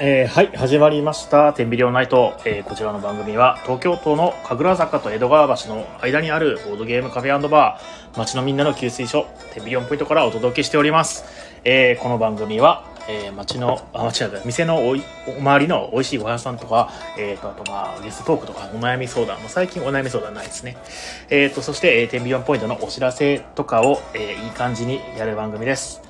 えーはい始まりました「天秤リオナイト、えーこちらの番組は東京都の神楽坂と江戸川橋の間にあるボードゲームカフェバー町のみんなの給水所天秤リオンポイントからお届けしております、えーこの番組は、えー町のあ間違えた店のおいお周りの美味しいご飯屋さんとか、えーとあとまあゲストトークとかお悩み相談、まあ、最近お悩み相談ないですねえーとそして、えー、天秤4ポイントのお知らせとかを、えーいい感じにやる番組です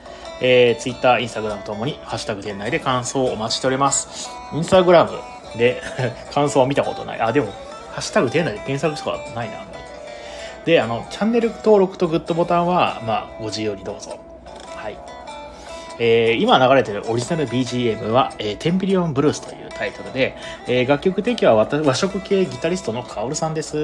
えー、Twitter、Instagram ともに、ハッシュタグ店内で感想をお待ちしております。Instagram で 感想は見たことない。あ、でも、ハッシュタグ店内で検索とかないな、あんまり。で、あの、チャンネル登録とグッドボタンは、まあ、ご自由にどうぞ。はい。えー今流れてるオリジナル BGM は、えーテンビリオンブルースというタイトルで、えー楽曲提供はわた和食系ギタリストのカオルさんです。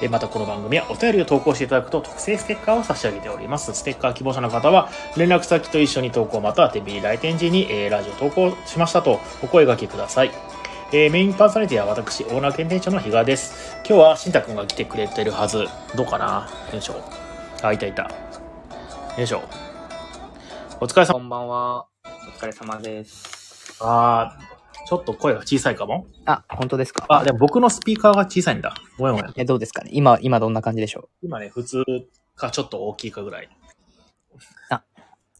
えーまたこの番組はお便りを投稿していただくと特製ステッカーを差し上げております。ステッカー希望者の方は連絡先と一緒に投稿またはテンビリ来店時に、えーラジオ投稿しましたとお声掛けください。えーメインパーソナリティは私、オーナー検定長の比嘉です。今日は新太くんが来てくれてるはず。どうかなよいしょ。あ、いたいた。よいしょ。お疲れ様こんばんは。お疲れ様です。あーちょっと声が小さいかも。あ、本当ですかあ、でも僕のスピーカーが小さいんだ。ごめんごめん。え、どうですかね今、今どんな感じでしょう今ね、普通かちょっと大きいかぐらい。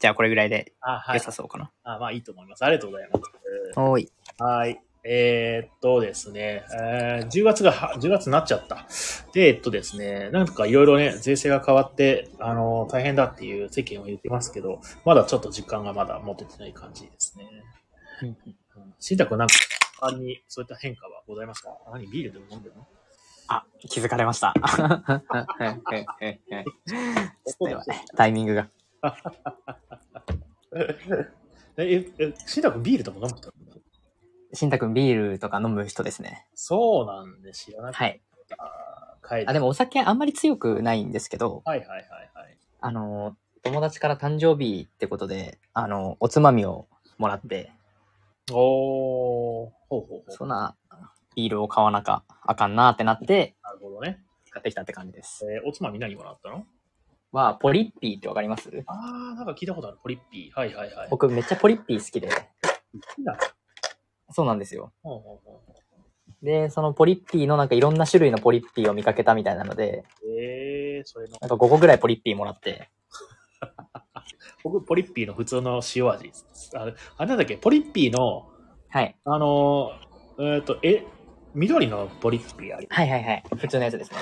じゃあこれぐらいであ、は良い。さそうかな。あ、まあいいと思います。ありがとうございます。おーい。はい。えーっとですね、えー10月がは、10月になっちゃった。で、えっとですね、なんかいろいろね、税制が変わって、あの、大変だっていう世間を言ってますけど、まだちょっと実感がまだ持ててない感じですね。うんうん。しんたくんなんか、他にそういった変化はございますか何ビールでも飲んでるのあ、気づかれま した。そうだねタイミングが。 え、え、しんたくんビールとも飲む人しんたくんビールとか飲む人ですね。そうなんで知らなかはい。った。はい、あ、でもお酒あんまり強くないんですけど、はいはいはいはい。あの、友達から誕生日ってことで、あの、おつまみをもらって、おー、ほうほうほ。そうんな、ビールを買わなきゃあかんなってなって、なるほどね。買ってきたって感じです。えーおつまみ何もらったのは、ポリッピーってわかりますあー、なんか聞いたことある。ポリッピー。はいはいはい。僕めっちゃポリッピー好きで、好きなのそうなんですよ。ほうほうほで、そのポリッピーのなんかいろんな種類のポリッピーを見かけたみたいなので、うえー、それの。なんか5個ぐらいポリッピーもらって、僕、ポリッピーの普通の塩味です。あれ、あれなんだっけポリッピーの、はい。あのー、えっ、と、え、緑のポリッピーありはいはいはい。普通のやつですね。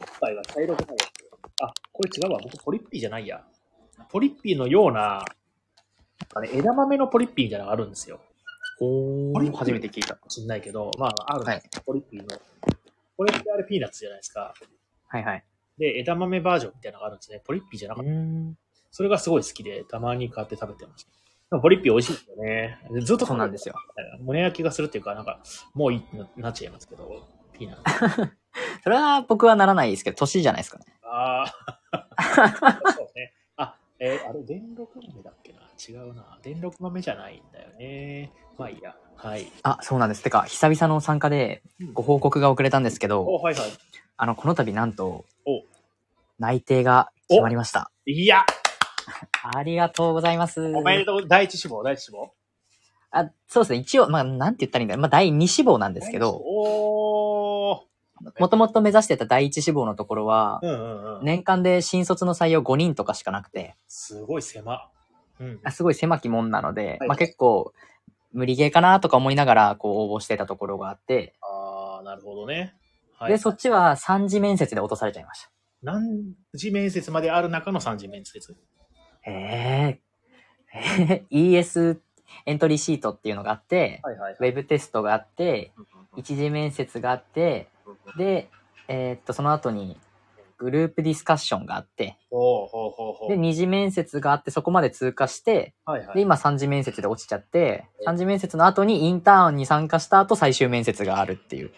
おっぱいが茶色くなるやつあ、これ違うわ。僕、ポリッピーじゃないや。ポリッピーのような、あれ、枝豆のポリッピーみたいなのがあるんですよ。おポリッピー初めて聞いた。知んないけど、まあ、ある、はいポリッピーの。これってあれピーナッツじゃないですか。はいはい。で、枝豆バージョンみたいなのがあるんですね。ポリッピーじゃなかうった。ーん。それがすごい好きで、たまに買って食べてました。でもポリッピー美味しいですよね。でずっとそうなんですよ。よ。胸焼きがするっていうか、なんか、もういいってなっちゃいますけど、ピーナッツ。それは僕はならないですけど、年じゃないですかね。あ あ。そうね。あ、えーあれ、電力豆だっけな違うな。電力豆じゃないんだよね。まあいいや。はい。あ、そうなんです。てか、久々の参加でうんご報告が遅れたんですけど、お、はいはい。あの、この度なんとお、内定が決まりました。いや、ありがとうございます。おめでとう。第一志望、第一志望。あ、そうですね。一応、まあ、なんて言ったらいいんだろう。まあ、第2志望なんですけど、おお。もともと目指してた第一志望のところは、うんうんうん。年間で新卒の採用5人とかしかなくて、すごい狭。うん。あすごい狭きもんなので、はいまあ結構、無理ゲーかなとか思いながら、こう応募してたところがあって、ああ、なるほどね。はで、そっちは3次面接で落とされちゃいまし何次面接まである中の三次面接。た。ええー。ES エントリーシートっていうのがあって、はいはいウェブテストがあって、一次面接があって、で、えーっと、その後に、グループディスカッションがあって、ほうほうほうほう。で、二次面接があって、そこまで通過して、はいはで、い。今3次面接で落ちちゃって、3次面接の後にインターンに参加した後最終面接があるっていう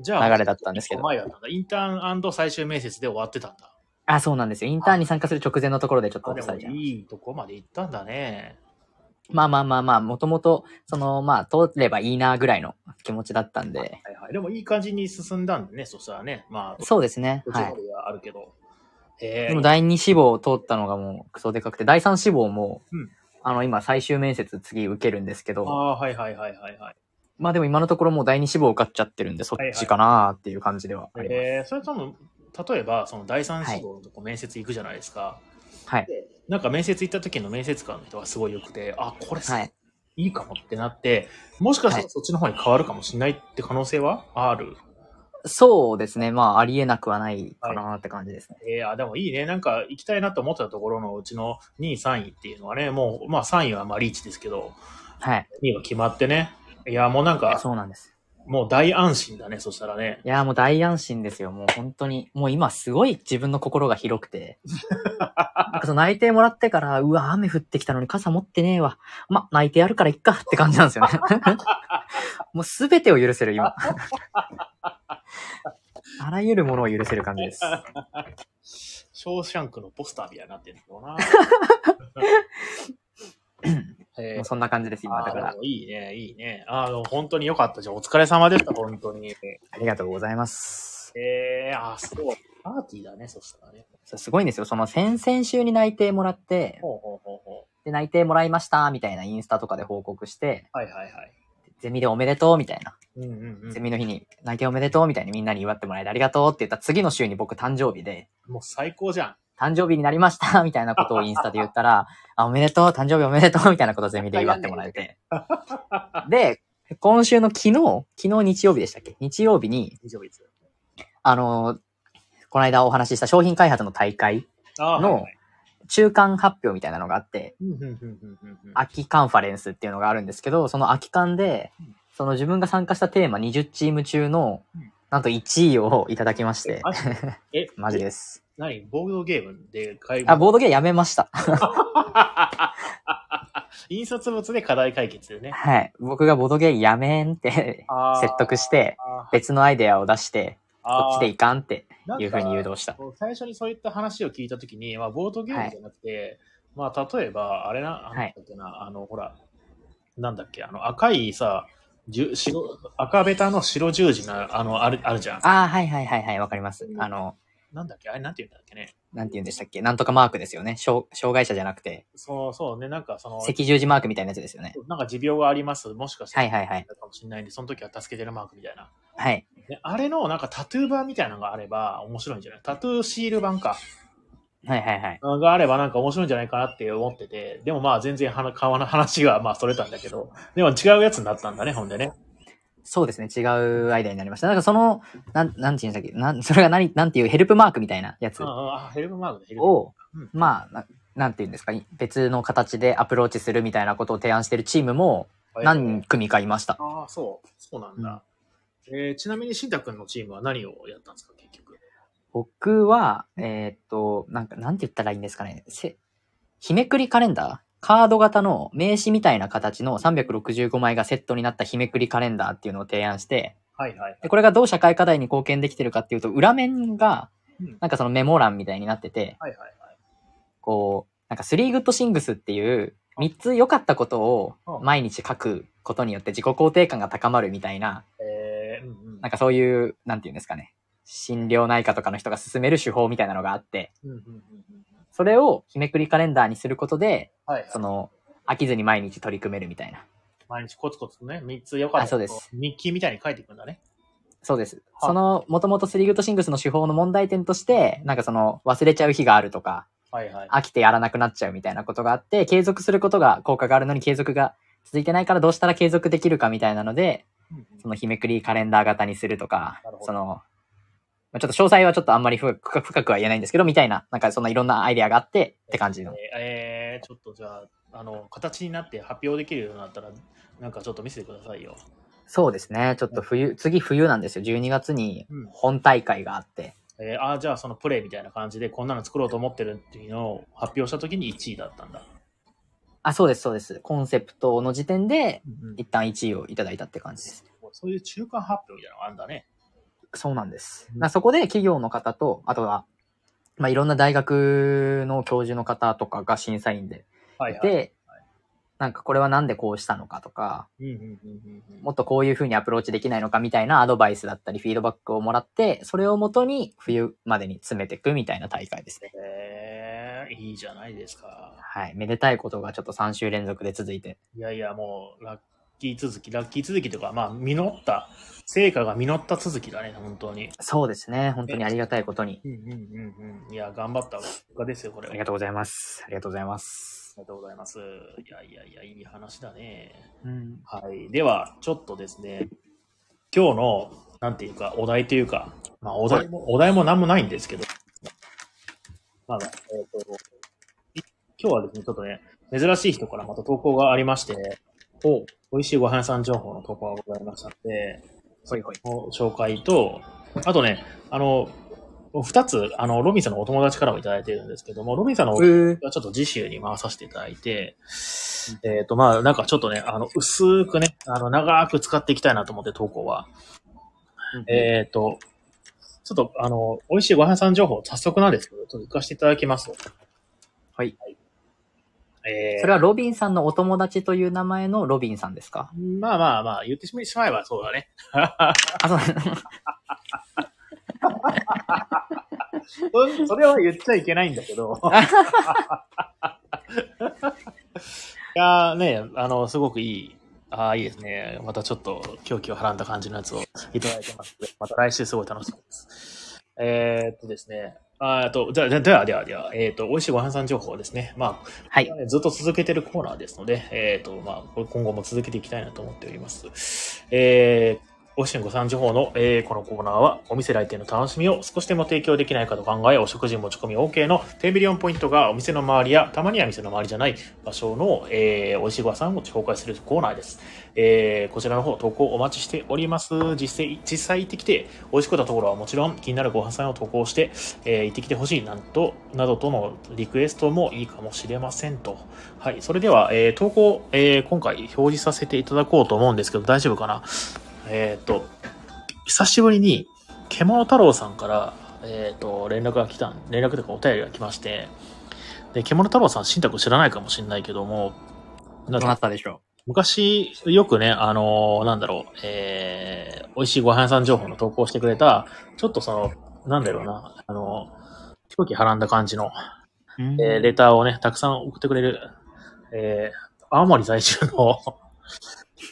じゃあ、流れだったんですけど。前だったんだ。インターン最終面接で終わってたんだ。あ、そうなんですよ。インターンに参加する直前のところでちょっとあ落でとさもれちゃう。いいとこまで行ったんだね。まあまあまあまあ、もともと、その、まあ、通ればいいなぐらいの気持ちだったんで。はいはい。でもいい感じに進んだんでね、そしたらね。まあ、そうですね。途は中まい。ではあるけど。えでもー、第二志望を通ったのがもうクソでかくて、第三志望も、うんあの、今最終面接次受けるんですけあど、あー、はいはいはいはいはい。まあでも今のところもう第二志望受かっちゃってるんで、そっちかなーっていう感じではあります。えー、それとも、例えば、その第三志望のとこ面接行くじゃないですか。はいで。なんか面接行った時の面接官の人がすごい良くて、あ、これさ、はいい、いかもってなって、もしかしたらそっちの方に変わるかもしれないって可能性はある。そうですね。まあ、ありえなくはないかなーって感じですね。えー、あでもいいね。なんか行きたいなと思ってたところのうちの2位、3位っていうのはね、もう、まあ3位はまあリーチですけど、はい。 2位は決まってね。いや、もうなんか、そうなんです。もう大安心だね、そしたらね。いやーもう大安心ですよ。もう本当に。もう今すごい自分の心が広く て。なんかその内定もらってから、うわ、雨降ってきたのに傘持ってねえわ。ま、内定あるからいっかって感じなんですよ ね。もうすべてを許せる、今。あらゆるものを許せる感じです。ショーシャンクのポスターみたいになってるんだろう な。えもうそんな感じです、今。だかあらで。もいいね、いいね。あの、本当に良かった。じゃあ、お疲れ様でした、本当に。ありがとうございます。えー、あ、そう。パーティーだね、そしたらね。そうすごいんですよ。その先々週に内定もらって、ほうほうほうほで、内定もらいました、みたいなインスタとかで報告して、う。はいはいはい。ゼミでおめでとう、みたいな。うんうんゼうミの日に内定おめでとうみたいにみんなに祝ってもらえてありがとうって言った次の週に僕誕生日で、ん。もう最高じゃん。誕生日になりましたみたいなことをインスタで言っ たら、あ、おめでとう、誕生日おめでとうみたいなことをゼミで祝ってもらえて。で、今週の昨日、昨日日曜日でしたっけ日曜日に、以上です。あの、この間お話しした商品開発の大会、あーのはいはい中間発表みたいなのがあって、うんうんうんうんうんうん秋カンファレンスっていうのがあるんですけど、その秋カンで、その自分が参加したテーマ20チーム中のうん、なんと1位をいただきまして、マジでえ マジです。何ボードゲームで会あ、ボードゲームやめました。印刷物で課題解決よね。はい。僕がボードゲームやめんって説得して、あー、別のアイデアを出して、こっちでいいかんっていう風に誘導した。最初にそういった話を聞いたときに、まあ、ボードゲームじゃなくて、まあ、例えば、あれな、あはいなんだっけな、あの、ほら、なんだっけ、あの、赤いさ、じゅ白赤ベタの白十字の、あの、ある、あるじゃん。ああ、はいはいはいはい、わかります。あの、なんだっけ、あれ、なんて言うんだっけね。なんて言うんでしたっけなんとかマークですよね。障障害者じゃなくて、そうそうね、なんかその、赤十字マークみたいなやつですよね。なんか持病があります、もしかしたはら、いはいはい。かもしれないんで、その時は助けてるマークみたいな。はい。ねあれの、なんかタトゥー版みたいなのがあれば面白いんじゃないタトゥーシール版か。はいはいはい。があればなんか面白いんじゃないかなって思ってて、でもまあ全然話川の話がまあそれたんだけど、でも違うやつになったんだね、ほんでね。そうですね。違うアイデアになりました。なんかその、なん、なんて言うんでしたっけなん、そ れが何、なんていうヘルプマークみたいなやつうんうんあ、ヘルプマークでヘルプマーク。を、うんまあ、ななんて言うんですか別の形でアプローチするみたいなことを提案してるチームも、何組かいました。ああ、そう。そうなんだ。えーちなみに、しんたくんのチームは何をやったんですか、結局。僕は、えーっと、なんか、なんて言ったらいいんですかね。せ、日めくりカレンダーカード型の名刺みたいな形の365枚がセットになった日めくりカレンダーっていうのを提案して、はいはい。でこれがどう社会課題に貢献できてるかっていうと、裏面がうん、なんかそのメモ欄みたいになってて、はいはいはい。こう、なんかスリーグッドシングスっていう、3つ良かったことをうん毎日書くことによって自己肯定感が高まるみたいな、えー、うんうん。なんかそういう、なんて言うんですかね。心療内科とかの人が勧める手法みたいなのがあって、うんうんうんうんそれを日めくりカレンダーにすることで、はいはいその、飽きずに毎日取り組めるみたいな。毎日コツコツね、3つよかった。あそうです。日記みたいに書いていくんだね。そうです。はその、もともとスリーグッドシングスの手法の問題点として、なんかその、忘れちゃう日があるとか、はいはい。飽きてやらなくなっちゃうみたいなことがあって、継続することが効果があるのに継続が続いてないからどうしたら継続できるかみたいなので、うんうんその日めくりカレンダー型にするとかなるほ、どその、まあちょっと詳細はちょっとあんまり深く深くは言えないんですけど、みたいな、なんかそんないろんなアイデアがあってって感じの。えーえーちょっとじゃあ、あの、形になって発表できるようになったら、なんかちょっと見せてくださいよ。そうですね。ちょっと冬、次冬なんですよ。12月にうん本大会があって。えー、あーじゃあそのプレイみたいな感じでこんなの作ろうと思ってるっていうのを発表した時に1位だったんだ。あ、そうです、そうです。コンセプトの時点で、うん一旦1位をいただいたって感じです。そういう中間発表みたいなのがあるんだね。そうなんです。うんなそこで企業の方と、あとは、まあ、いろんな大学の教授の方とかが審査員ではいいはい。て、なんかこれはなんでこうしたのかとか、うんうんうんうんうんもっとこういう風にアプローチできないのかみたいなアドバイスだったりフィードバックをもらって、それをもとに冬までに詰めていくみたいな大会ですね。えー、いいじゃないですか。はい。めでたいことがちょっと3週連続で続いて。いやいや、もう、ラッキー続き、ラッキー続きというか、まあ、実った、成果が実った続きだね、本当に。そうですね。本当にありがたいことに。うんうんうんうん。いや、頑張った結果ですよ、これ。あありりががとうございます。ありがとうございます。とうございます。いやいやいや、いい話だね。うん。はい。では、ちょっとですね、今日の、なんていうか、お題というか、まあ、お題も、お題もなんもないんですけど、まだ、えっ、と、い今日はですね、ちょっとね、珍しい人からまた投稿がありまして、おう。美味しいご飯屋さん情報の投稿がございましたので、ほいほい。の紹介と、あとね、あの、二つ、あの、ロビンさんのお友達からもいただいてるんですけども、ロビンさんのおえー、ちょっと次週に回させていただいて、えっ、と、まあ、なんかちょっとね、あの、薄くね、あの、長く使っていきたいなと思って投稿は。えっ、と、ちょっと、あの、美味しいご飯屋さん情報、早速なんですけど、ちょっと行かせていただきます。はい。えそーれはロビンさんのお友達という名前のロビンさんですかまあまあまあ、言ってしまえばそうだね。あ、そう そそれは言っちゃいけないんだけど。いやーね、あの、すごくいい、ああ、いいですね。またちょっと狂気をはらんだ感じのやつをいただいてますので、また来週すごい楽しみです。えー、っとですね。あーっと、じゃあ、じゃあでは、では、では、えーっと、美味しいご飯さん情報ですね。まあ、はい。ずっと続けてるコーナーですので、えーっと、まあ、これ今後も続けていきたいなと思っております。えー、美味しいご飯情報の、えーこのコーナーは、お店来店の楽しみを少しでも提供できないかと考え、お食事持ち込み OK のテービリオンポイントがお店の周りや、たまには店の周りじゃない場所の、えー、美味しいご飯さんを紹介するコーナーです。えーこちらの方、投稿お待ちしております。実際、実際行ってきて、美味しかったところはもちろん、気になるご飯さんを投稿して、えー行ってきてほしい、なんと、などとのリクエストもいいかもしれませんと。はい、それでは、えー投稿、えー今回表示させていただこうと思うんですけど、大丈夫かなえーっ、と、久しぶりに、獣太郎さんから、えーっ、と、連絡が来たん、連絡というかお便りが来まして、で、獣太郎さん、新宅知らないかもしれないけども、などなたでしょ昔、よくね、あのーなんだろう、えー、美味しいご飯屋さん情報の投稿してくれた、ちょっとその、なんだろうな、あのー、狂気はらんだ感じの、う、えーレターをね、たくさん送ってくれる、えー、青森在住の、フ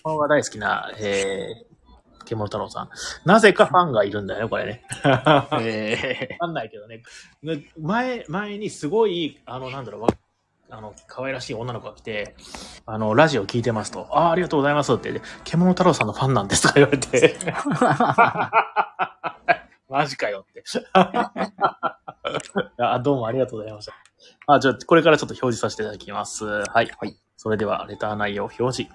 ァンが大好きな、えー、獣太郎さん。なぜかファンがいるんだよね、これね。 わえかんないけどね。ね前、前にすごい、あの、なんだろう、わあの、可愛らしい女の子が来て、あの、ラジオ聞いてますと、ああ、ありがとうございますって言って、獣太郎さんのファンなんですとか言われて、 ーマジかよって。 あどうもありがとうございました。あ、じゃあ、これからちょっと表示させていただきます。はい。はいそれでは、レター内容表示。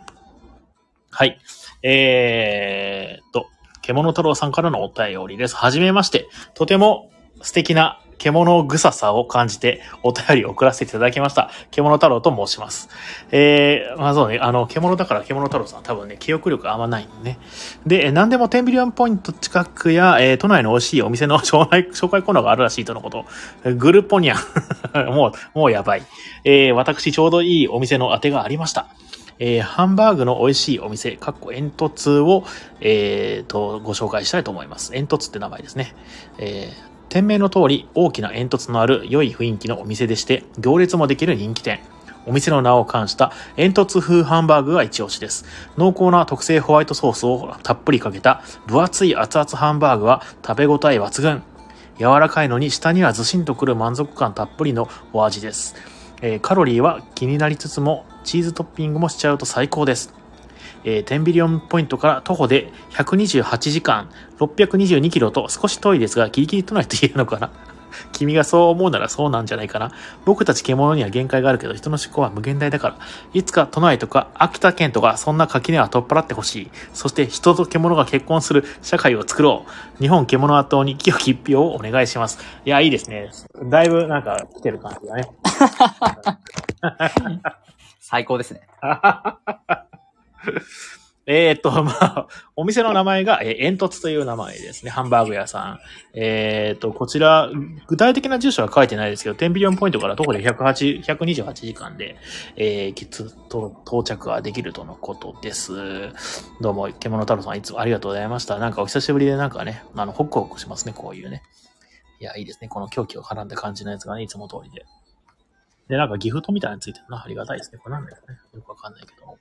はい。えーっと、獣太郎さんからのお便りです。はじめまして。とても素敵な獣臭さを感じてお便りを送らせていただきました。獣太郎と申します。えー、まあそうね、あの、獣だから獣太郎さん多分ね、記憶力あんまないんでね。で、えー何でもテンビリオンポイント近くや、えー都内の美味しいお店の紹介 紹介コーナーがあるらしいとのこと。えーグルポニャン。 もう、もうやばい。えー私ちょうどいいお店の当てがありました。えーハンバーグの美味しいお店、かっこ煙突を、えーと、ご紹介したいと思います。煙突って名前ですね。えー店名の通り、大きな煙突のある良い雰囲気のお店でして、行列もできる人気店。お店の名を冠した煙突風ハンバーグが一押しです。濃厚な特製ホワイトソースをたっぷりかけた分厚い熱々ハンバーグは食べ応え抜群。柔らかいのに下にはずしんとくる満足感たっぷりのお味です。えーカロリーは気になりつつもチーズトッピングもしちゃうと最高です。えーテンビリオンポイントから徒歩で128時間、622キロと少し遠いですが、ギリギリ都内と言えるのかな 君がそう思うならそうなんじゃないかな。僕たち獣には限界があるけど、人の思考は無限大だから。いつか都内とか秋田県とか、そんな垣根は取っ払ってほしい。そして人と獣が結婚する社会を作ろう。日本獣ア党に清き一票をお願いします。いや、いいですね。だいぶなんか来てる感じだね。最高ですね。えー、っと、まあ、お店の名前が、えー煙突という名前ですね。ハンバーグ屋さん。えー、っと、こちら、具体的な住所は書いてないですけど、テンビリオンポイントから徒歩で108 128時間で、えー、きつと到着ができるとのことです。どうも、獣太郎さん、いつもありがとうございました。なんかお久しぶりで、なんかね、あの、ホクホクしますね、こういうね。いや、いいですね。この狂気を絡んだ感じのやつがね、いつも通りで。で、なんかギフトみたいなのついてるな。ありがたいですね。これなんだよね。よくわかんないけども。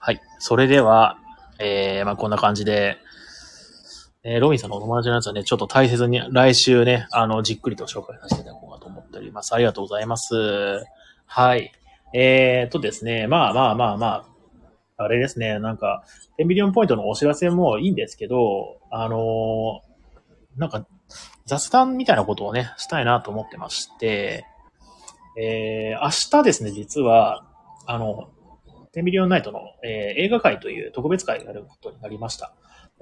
はい。それでは、えー、まあこんな感じで、えー、ロビンさんのお友達のやつはね、ちょっと大切に、来週ね、あの、じっくりと紹介させていただこうかと思っております。ありがとうございます。はい。えー、とですね、まあまあまあまあ、あれですね、なんか、テンビリオンポイントのお知らせもいいんですけど、あのーなんか、雑談みたいなことをね、したいなと思ってまして、えー、明日ですね、実は、あの、テンビリオンナイトの、えー映画会という特別会がやることになりました。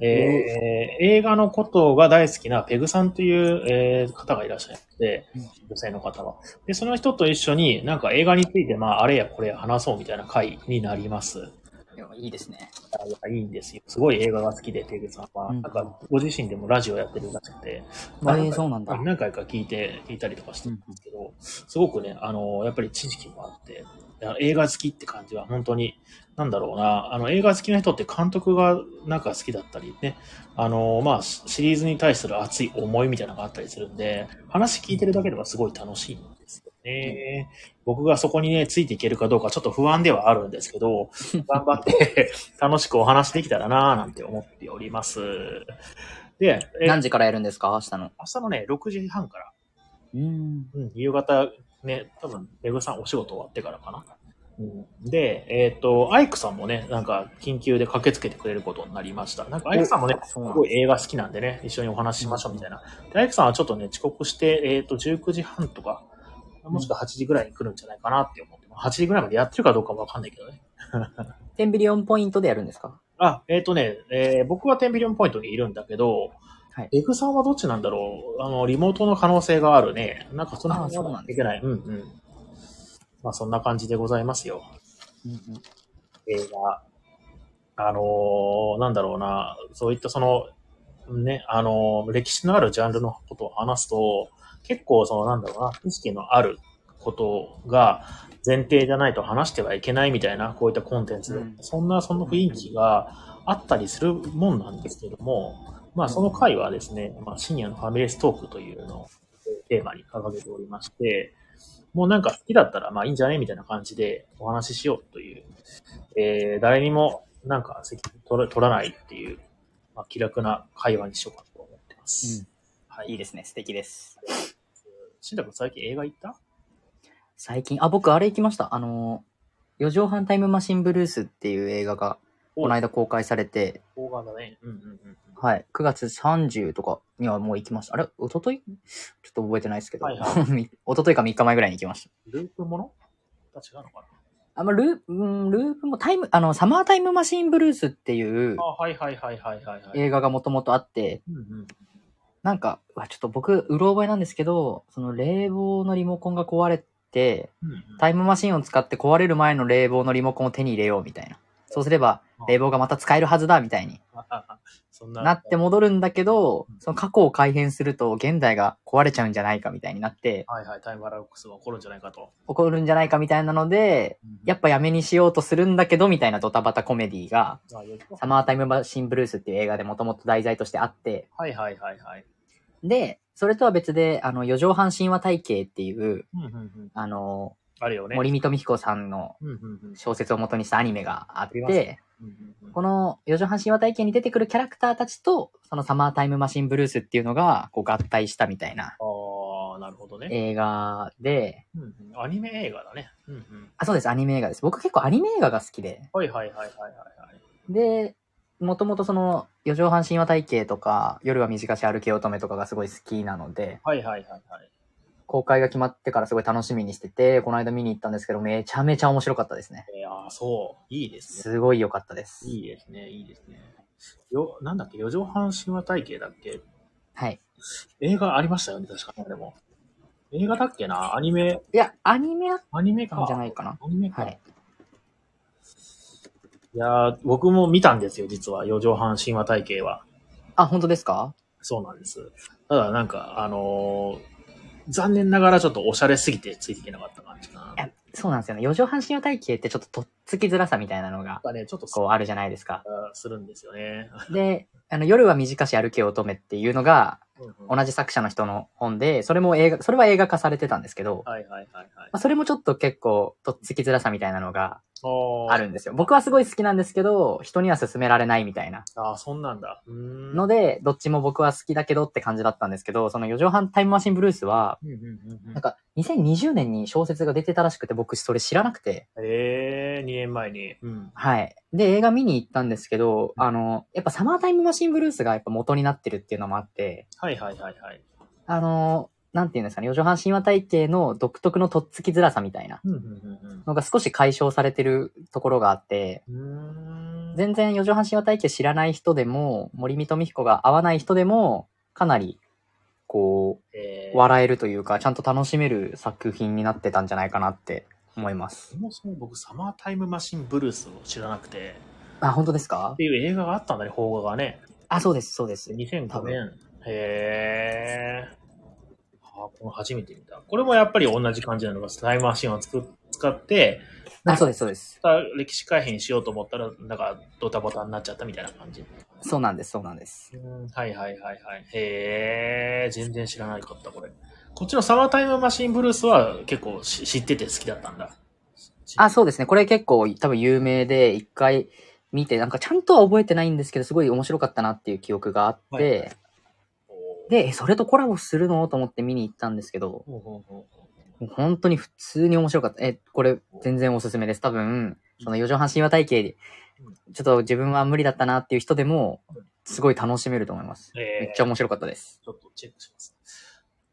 えー映画のことが大好きなペグさんという、えー方がいらっしゃってうん、女性の方は。で、その人と一緒になんか映画について、まあ、あれやこれや話そうみたいな会になります。いやいいですね。いやいいんですよ。すごい映画が好きで、テグさんは。うんなんか、ご自身でもラジオやってるらしくて、あなえんー、かそうなんだ。何回か聞いて、聞いたりとかしてるんですけど、すごくね、あの、やっぱり知識もあって、いや映画好きって感じは本当に、なんだろうな、あの、映画好きな人って監督がなんか好きだったりね、あの、まあ、シシリーズに対する熱い思いみたいなのがあったりするんで、話聞いてるだけではすごい楽しいんですよね。僕がそこにね、ついていけるかどうかちょっと不安ではあるんですけど、頑張って 楽しくお話できたらなぁなんて思っております。で、え何時からやるんですか明日の。明日のね、6時半から、うーん。うん、夕方、ね、多分、メグさんお仕事終わってからかな。うん、で、えっ、と、アイクさんもね、なんか、緊急で駆けつけてくれることになりました。なんか、アイクさんもね、お、そうすなんごい映画好きなんでね、一緒にお話ししましょうみたいな。大工さんはちょっとね、遅刻して、えっ、と、19時半とか、もしくは8時ぐらいに来るんじゃないかなって思って、8時ぐらいまでやってるかどうかもわかんないけどね。テンビリオンポイントでやるんですかあ、えっ、とね、えー僕はテンビリオンポイントにいるんだけど、はいエグさんはどっちなんだろうあの、リモートの可能性があるね。なんかそんなあそうなんでできない。うんうん。まあそんな感じでございますよ。うんうん。映画。あのーなんだろうな、そういったその、ね、あのー歴史のあるジャンルのことを話すと、結構その、なんだろうな、意識のあることが前提じゃないと話してはいけないみたいな、こういったコンテンツ、うんそんな、そんな雰囲気があったりするもんなんですけども、まあその回はですね、まあ深夜のファミレストークというのをテーマに掲げておりまして、もうなんか好きだったらまあいいんじゃねみたいな感じでお話ししようという、えー誰にもなんか責任取ら取らないっていう、まあ、気楽な会話にしようかと思ってます。はいいいいですね。素敵です。しんたくん最近映画行った最近、あ、僕、あれ行きました。あのー、4畳半タイムマシンブルースっていう映画が、この間公開されて、動画だね。うんうんうんうん。はい、9月30とかにはもう行きました。あれ一昨日ちょっと覚えてないですけど、はい 一は昨日か3日前ぐらいに行きました。ループものが違うのかあ、まあ、ルー、うん、ループもタイム、あの、サマータイムマシンブルースっていうなあ、はいはいはいはいはい、はい。映画がもともとあって、うんうん。なんか、うわちょっと僕、うろ覚えなんですけど、その冷房のリモコンが壊れて、うんうんタイムマシンを使って壊れる前の冷房のリモコンを手に入れようみたいな。そうすればうん、冷房がまた使えるはずだみたいにそんな。なって戻るんだけどうん、その過去を改変すると現代が壊れちゃうんじゃないかみたいになって、はいはい、タイムバランスが起こるんじゃないかと。起こるんじゃないかみたいなので、やっぱやめにしようとするんだけどみたいなドタバタコメディが、ぱ、あよくサマータイムマシンブルースっていう映画でもともと題材としてあって、はいはいはいはい。で、それとは別で、あの、四畳半神話体系っていう、うんうんうん。あの、あるよね。森見富彦さんのうんうんうん。小説を元にしたアニメがあっありますて、うんうんうんこの四畳半神話体系に出てくるキャラクターたちと、そのサマータイムマシンブルースっていうのが、こう合体したみたいなああ、なるほどね。映画で、うんうんアニメ映画だね。うんうん。あ、そうです、アニメ映画です。僕結構アニメ映画が好きで、はいはいはいはいはいはい。で、もともとその四畳半神話体系とか、夜は短し歩け乙女とかがすごい好きなので、はいはいはいはい。公開が決まってからすごい楽しみにしてて、この間見に行ったんですけど、めちゃめちゃ面白かったですね。えー、ああ、そう。いいですね。すごい良かったです。いいですね、いいですね。よ、なんだっけ、四畳半神話体系だっけはい。映画ありましたよね、確かに。でも。映画だっけなアニメ、いや、アニメだっアニメたんか。じゃないかな。アニメか。はいいやー僕も見たんですよ、実は。四畳半神話体系は。あ、本当ですかそうなんです。ただなんか、あのー残念ながらちょっとおしゃれすぎてついていけなかった感じかな。いやっやそうなんですよね。四畳半身用体系ってちょっととっつきづらさみたいなのが、ぱね、ちょっとこうあるじゃないですか。するんですよね。で、あの、夜は短し歩け乙女っていうのが、 同同じ作者の人の本で、それも映画、それは映画化されてたんですけど、まはいはいはいはいあ、。それもちょっと結構、とっつきづらさみたいなのがああるんですよ。僕はすごい好きなんですけど、人には勧められないみたいな。ああ、そんなんだ。うーんので、どっちも僕は好きだけどって感じだったんですけど、その4畳半タイムマシンブルースは、うんうんうんうんなんか2020年に小説が出てたらしくて、僕それ知らなくて、ええー、2年前に。うん。はい。で、映画見に行ったんですけど、あの、やっぱサマータイムマシンブルースがやっぱ元になってるっていうのもあって、はいはいはいはい。あの、なんていうんですかね、四畳半神話体系の独特のとっつきづらさみたいなうんうんのが少し解消されてるところがあって、うんうん。うーん。全然四畳半神話体系知らない人でも、森見と美彦が合わない人でも、かなり、こえーう、笑えるというか、ちゃんと楽しめる作品になってたんじゃないかなって思いますそ。もそも僕、サマータイムマシンブルースを知らなくて、あ、本当ですかっていう映画があったんだね、邦画がね。あ、そうです、そうです。 2005多年。へえ。あーこれ初めて見た。これもやっぱり同じ感じなのが、タイムマシンを作っ使って、あ、そうです、そうです。また歴史改変しようと思ったら、なんかドタバタになっちゃったみたいな感じ。そうなんです、そうなんです。うんはいはいはいはい。へえ、全然知らなかった、これ。こっちのサマータイムマシンブルースは結構し知ってて好きだったんだ。あ、そうですね。これ結構多分有名で、一回見て、なんかちゃんとは覚えてないんですけど、すごい面白かったなっていう記憶があって、はいで、えそれとコラボするのと思って見に行ったんですけど、ほうほうほうほもう本当に普通に面白かった。え、これ全然おすすめです。多分、その四畳半神話体系で、ちょっと自分は無理だったなっていう人でも、すごい楽しめると思います。うえめーっちゃ面白かったです。ちょっとチェックし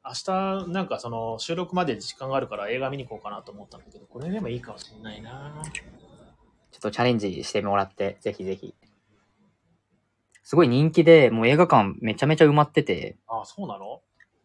ます。明日、なんかその収録まで時間があるから映画見に行こうかなと思ったんだけど、これでもいいかもしれないなちょっとチャレンジしてもらって、ぜひぜひ。すごい人気で、もう映画館めちゃめちゃ埋まってて、あ、そうなの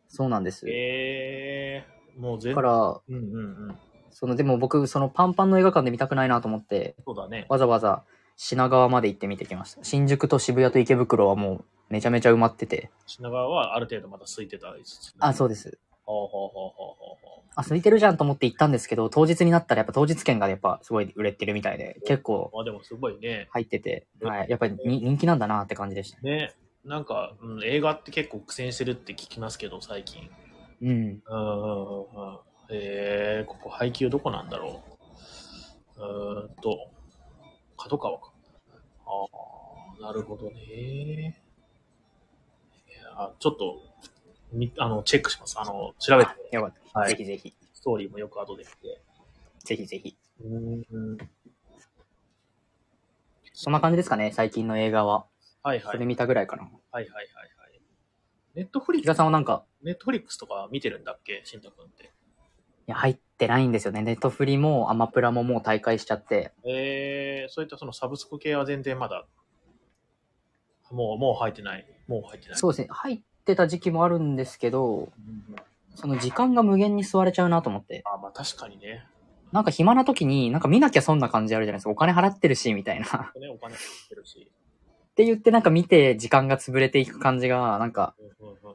そうなんです。ええもう全だから、うんうんうん。その、でも僕、そのパンパンの映画館で見たくないなと思って、そうだね。わざわざ品川まで行って見てきました。新宿と渋谷と池袋はもうめちゃめちゃ埋まってて。品川はある程度まだ空いてたりするあ、そうです。ほうほうほうほうほうほう。あ、空いてるじゃんと思って行ったんですけど、当日になったらやっぱ当日券がやっぱすごい売れてるみたいで、結構まあでもすごいね。入ってて、はい。やっぱりに人気なんだなって感じでした。ね。なんか、うん、映画って結構苦戦してるって聞きますけど、最近。うん。うんうんうんうん。えー、ここ配給どこなんだろう。うーんと、角川か。ああ、なるほどね。いやちょっと、みあの、チェックします。あの、調べてあ。よかっはた。ぜい。ひぜひ。ストーリーもよく後で見て。ぜひぜひ。うんうん。そんな感じですかね、最近の映画は。はいはい。それはい見たぐらいかな。はいはいはい。ネットフリッ比ク嘉ス、さんはなんか、ネットフリックスとか見てるんだっけしんたくんって。いや入ってないんですよね。ネットフリもアマプラももう大会しちゃって。えー、そういったそのサブスク系は全然まだ、もう、もう入ってない。もう入ってない。そうですね。入ってた時期もあるんですけど、うんうんその時間が無限に吸われちゃうなと思って。あまあ確かにね。なんか暇な時に、なんか見なきゃ損な感じあるじゃないですか。お金払ってるし、みたいな。 っねお金かかってるし。て言ってなんか見て時間が潰れていく感じが、なんか、うんうんうんうんわ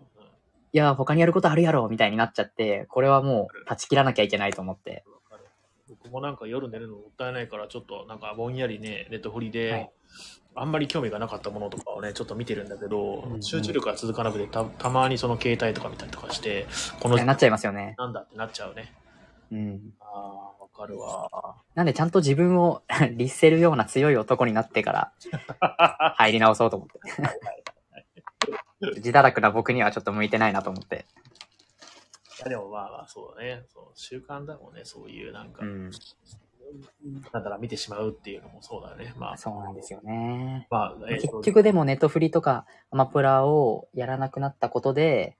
いや、他にやることあるやろ、みたいになっちゃって、これはもう断ち切らなきゃいけないと思って。かる僕もなんか夜寝るのもったいないから、ちょっとなんかぼんやりね、ネットフリはでい、あんまり興味がなかったものとかをね、ちょっと見てるんだけど、うんうん集中力が続かなくてた、たまにその携帯とか見たりとかして、このなっちゃいますよね。なんだってなっちゃうね。うん。ああ、わかるわ。なんでちゃんと自分を 律せるような強い男になってから、入り直そうと思って。自堕落な僕にはちょっと向いてないなと思って。いやでもまあまあ、そうだね。そう習慣だもんね、そういうなんか。うん。だから見てしまうっていうのもそうだよね。まあ、そうなんですよね。まあ、えっ結と局でもネットフリとかアマプラをやらなくなったことで、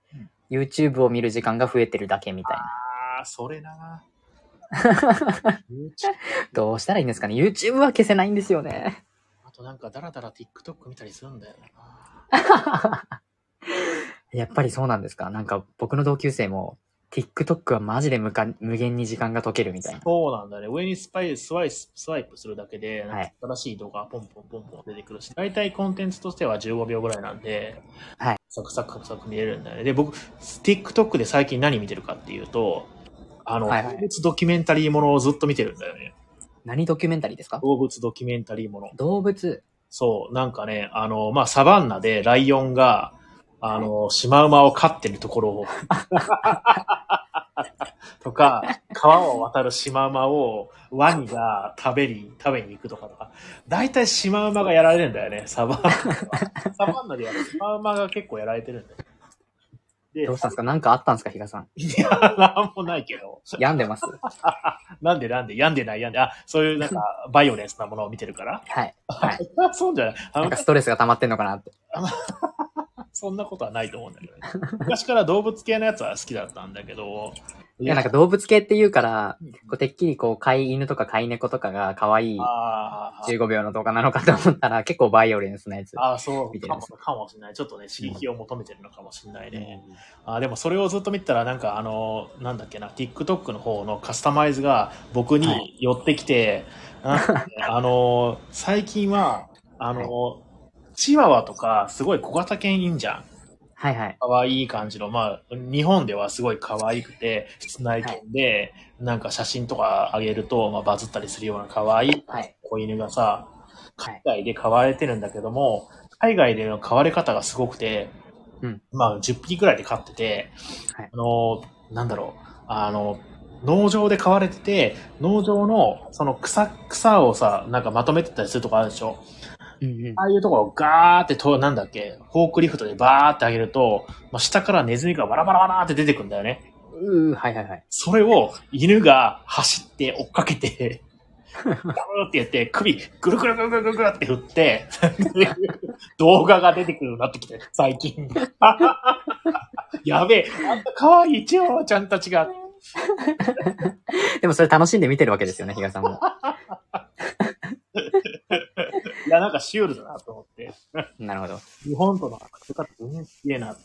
YouTube を見る時間が増えてるだけみたいな。ああ、それな。YouTube どうしたらいいんですかね ?YouTube は消せないんですよね。あとなんかダラダラ TikTok 見たりするんだよな。やっぱりそうなんですかなんか僕の同級生も TikTok はマジで無か無限に時間が解けるみたいな。そうなんだね。上にスパイスワイススワイプするだけで、はい新しい動画がポンポンポンポン出てくるし、大体コンテンツとしては15秒ぐらいなんで、はいサクサクサクサク見れるんだよね。で、僕、TikTok で最近何見てるかっていうと、あの、はいはい動物ドキュメンタリーものをずっと見てるんだよね。何ドキュメンタリーですか動物ドキュメンタリーもの。動物。そう、なんかね、あの、まあ、サバンナでライオンが、あの、シマウマを飼ってるところを、 とか、川を渡るシマウマをワニが食べに、食べに行くとかとか、大体シマウマがやられるんだよね、サバンナは。サバンナでやるシマウマが結構やられてるんだよ。でどうしたんですかなんかあったんですか比嘉さん。いや、なんもないけど。病んで ます。なんでなんで、病んでない病んで、あ、そういうなんか、バイオレンスなものを見てるから。はい。はい。 そうじゃない。あのなんかストレスが溜まってんのかなって。そんなことはないと思うんだけどね。昔から動物系のやつは好きだったんだけど。いいや、なんか動物系って言うから、こうてっきりこう、飼い犬とか飼い猫とかが可愛いあー15秒の動画なのかと思ったら、結構バイオレンスなやつ。あー、そう見てかるんもですかもしれない。ちょっとね、刺激を求めてるのかもしれないね。あーでもそれをずっと見てたら、なんかあの、なんだっけな、TikTok の方のカスタマイズが僕はに寄ってき て、なんかねあの、最近は、あの、チワワとか、すごい小型犬いいんじゃん。はいはい。可愛い感じの、まあ、日本ではすごい可愛くて、室内犬で、なんか写真とかあげると、まあ、バズったりするような可愛いはい。子犬がさ、はい海外で飼われてるんだけども、海外での飼われ方がすごくて、うんまあ、10匹くらいで飼ってて、はいあの、なんだろう、あの、農場で飼われてて、農場の、その草、草をさ、なんかまとめてたりするとこあるでしょうんうんあ。あいうところをガーってと、なんだっけ、フォークリフトでバーって上げると、まあ、下からネズミがバラバラバラって出てくんだよね。うー、はいはいはい。それを犬が走って追っかけて、ガーってやって、首ぐるぐるぐるぐるぐるぐるって振って、 動画が出てくるようになってきて、最近。 やべえ、あんた可愛いチワワちゃんたちが。でもそれ楽しんで見てるわけですよね、比嘉さんも。 いや、なんかシュールだなと思って。なるほど。日本との比べ方全然すげえなって。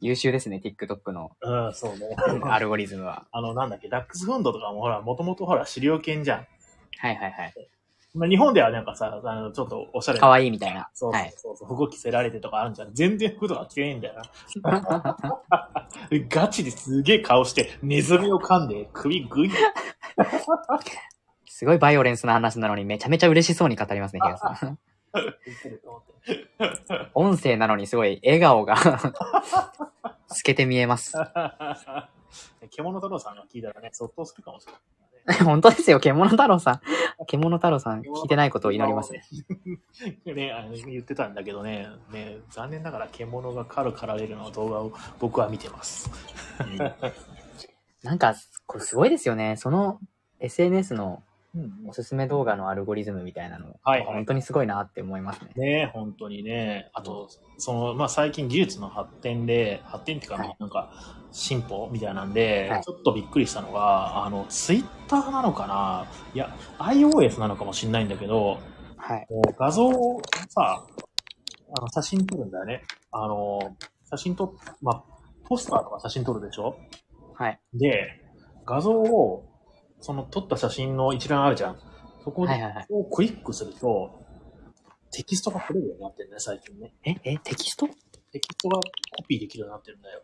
優秀ですね、TikTok のうん、そうね。アルゴリズムは。あの、なんだっけ、ダックスフンドとかもほら、もともとほら、狩猟犬じゃん。はいはいはい。まあ、日本ではなんかさ、あの、ちょっとおしゃれ可な。愛いみたいな。そうはい。そうそう、服着せられてとかあるんじゃん。全然服とか着てねえんだよな。ガチですげえ顔して、ネズミを噛んで、首グイッ。すごいバイオレンスな話なのに、めちゃめちゃ嬉しそうに語り ますね、比嘉さん。音声なのにすごい笑顔が透けて見え ます。獣太郎さんが聞いたらね、そっとするかもしれない。本当ですよ、獣太郎さん。獣太郎さん、聞いてないことを祈りますね。ね。あの言ってたんだけどねね、残念ながら獣が狩る狩られるの動画を僕は見てます。なんか、これすごいですよね。その SNS のうんおすすめ動画のアルゴリズムみたいなの、はいはい本当にすごいなって思いますね。ねえ本当にね。あと、その、まあ、最近技術の発展で、発展っていうか、はいなんか、進歩みたいなんで、はいちょっとびっくりしたのが、あの、ツイッターなのかないや、iOS なのかもしれないんだけど、はい。もう画像をさ、あの、写真撮るんだよね。あの、写真撮っ、まあ、ポスターとか写真撮るでしょはい。で、画像を、その撮った写真の一覧あるじゃん。そこはいはいはいで、をクリックすると、テキストが取れるようになってるね、最近ね。え、え、テキストテキストがコピーできるようになってるんだよ。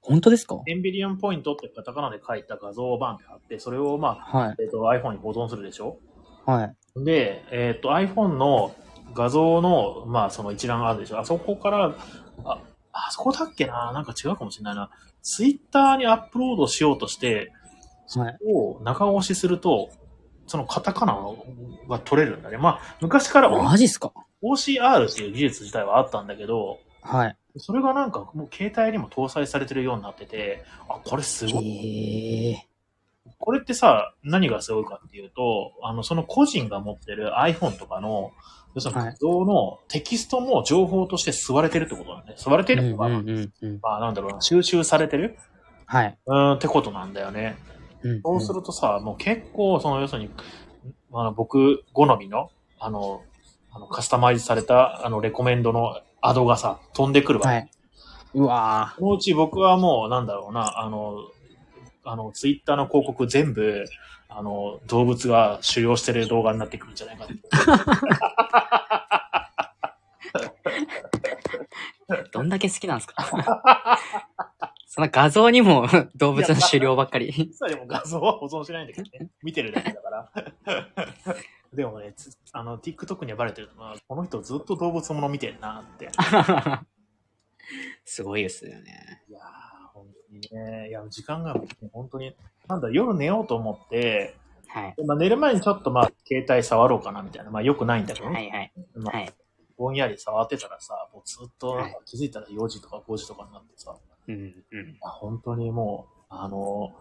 本当ですかエンビリオンポイントってカタカナで書いた画像をバンって貼って、それをまあ、はい。えっ、と、iPhone に保存するでしょはい。で、えっ、と、iPhone の画像の、まあ、その一覧があるでしょあそこから、あ、あそこだっけななんか違うかもしれないな。Twitter にアップロードしようとして、はい。を長押しすると、そのカタカナが取れるんだね。まあ、昔からマジっすか OCR っていう技術自体はあったんだけど、はい。それがなんかもう携帯にも搭載されてるようになってて、あ、これすごい。へえ。これってさ、何がすごいかっていうと、あの、その個人が持ってる iPhone とかの、要するにはい画像のテキストも情報として吸われてるってことなんだね。吸われてうんるってことは、うんうんうん。まあなんだろうな、収集されてるはい。うん、ってことなんだよね。うんそうするとさ、もう結構、その、要するに、あの僕好みの、あの、あのカスタマイズされた、あの、レコメンドのアドがさ、飛んでくるわけ。はい。ううわそのうち僕はもう、なんだろうな、あの、あの、ツイッターの広告全部、あの、動物が狩猟してる動画になってくるんじゃないかって。ぁ。どんだけ好きなんですか その画像にも動物の狩猟ばっかり。 実際でも画像は保存しないんだけどね。見てるだけだから。 でもね、つあの、TikTok にはバレてるのは、この人ずっと動物もの見てんなって。いすごいですよね。やー、本当にね。いや、時間が、本当に、なんだ、夜寝ようと思って、はい。まあ、寝る前にちょっとまあ、携帯触ろうかなみたいな。まあ、よくないんだけどね。はいはい。まあはい。ぼんやり触ってたらさ、もうずっとはい気づいたら4時とか5時とかになってさ、うんうん。あ本当にもう、あの、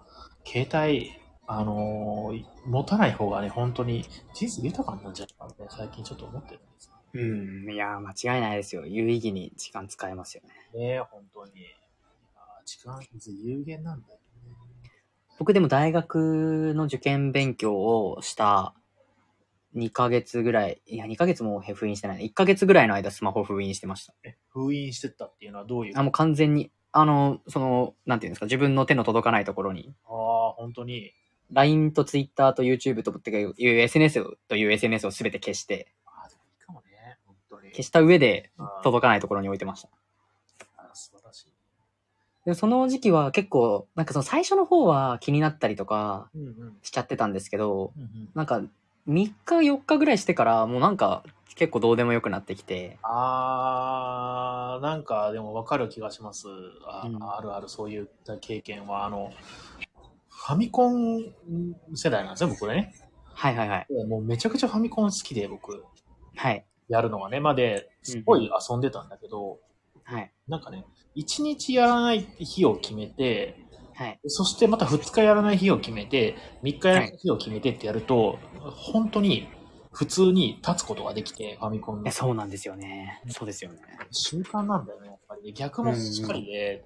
携帯、あの、持たない方がね、本当に人生豊かになるんじゃないかって、最近ちょっと思ってるんですうん。いやー、間違いないですよ。有意義に時間使えますよね。よね。本当に。あ時間ず有限なんだよね。僕でも大学の受験勉強をした2ヶ月ぐらい、いや、2ヶ月も封印してないね。1ヶ月ぐらいの間スマホ封印してました。封印してったっていうのはどういうあ、もう完全に、あの、その、なんていうんですか、自分の手の届かないところに、ああ、本当に。 LINE と Twitter と YouTube とっていう SNS をという SNS を全て消して、ああ、でもいいかもね。本当に。消した上であー届かないところに置いてました。あー素晴らしい。でその時期は結構、なんかその最初の方は気になったりとかうんうん。しちゃってたんですけど、うんうん、なんか3日4日ぐらいしてからもうなんか結構どうでもよくなってきて、あー、なんかでも分かる気がします。あ,、うんあるある、そういった経験は。あの、ファミコン世代なんですね、僕ね。はいはいはい。もうめちゃくちゃファミコン好きで、僕、はい。やるのがね。まあで、すごい遊んでたんだけど、はい。なんかね、1日やらない日を決めて、はい。そしてまた2日やらない日を決めて、3日やらない日を決めてってやると、本当に普通に立つことができて、ファミコンえの。そうなんですよね。そうですよね。習慣なんだよね、やっぱりね。逆もしっかりで、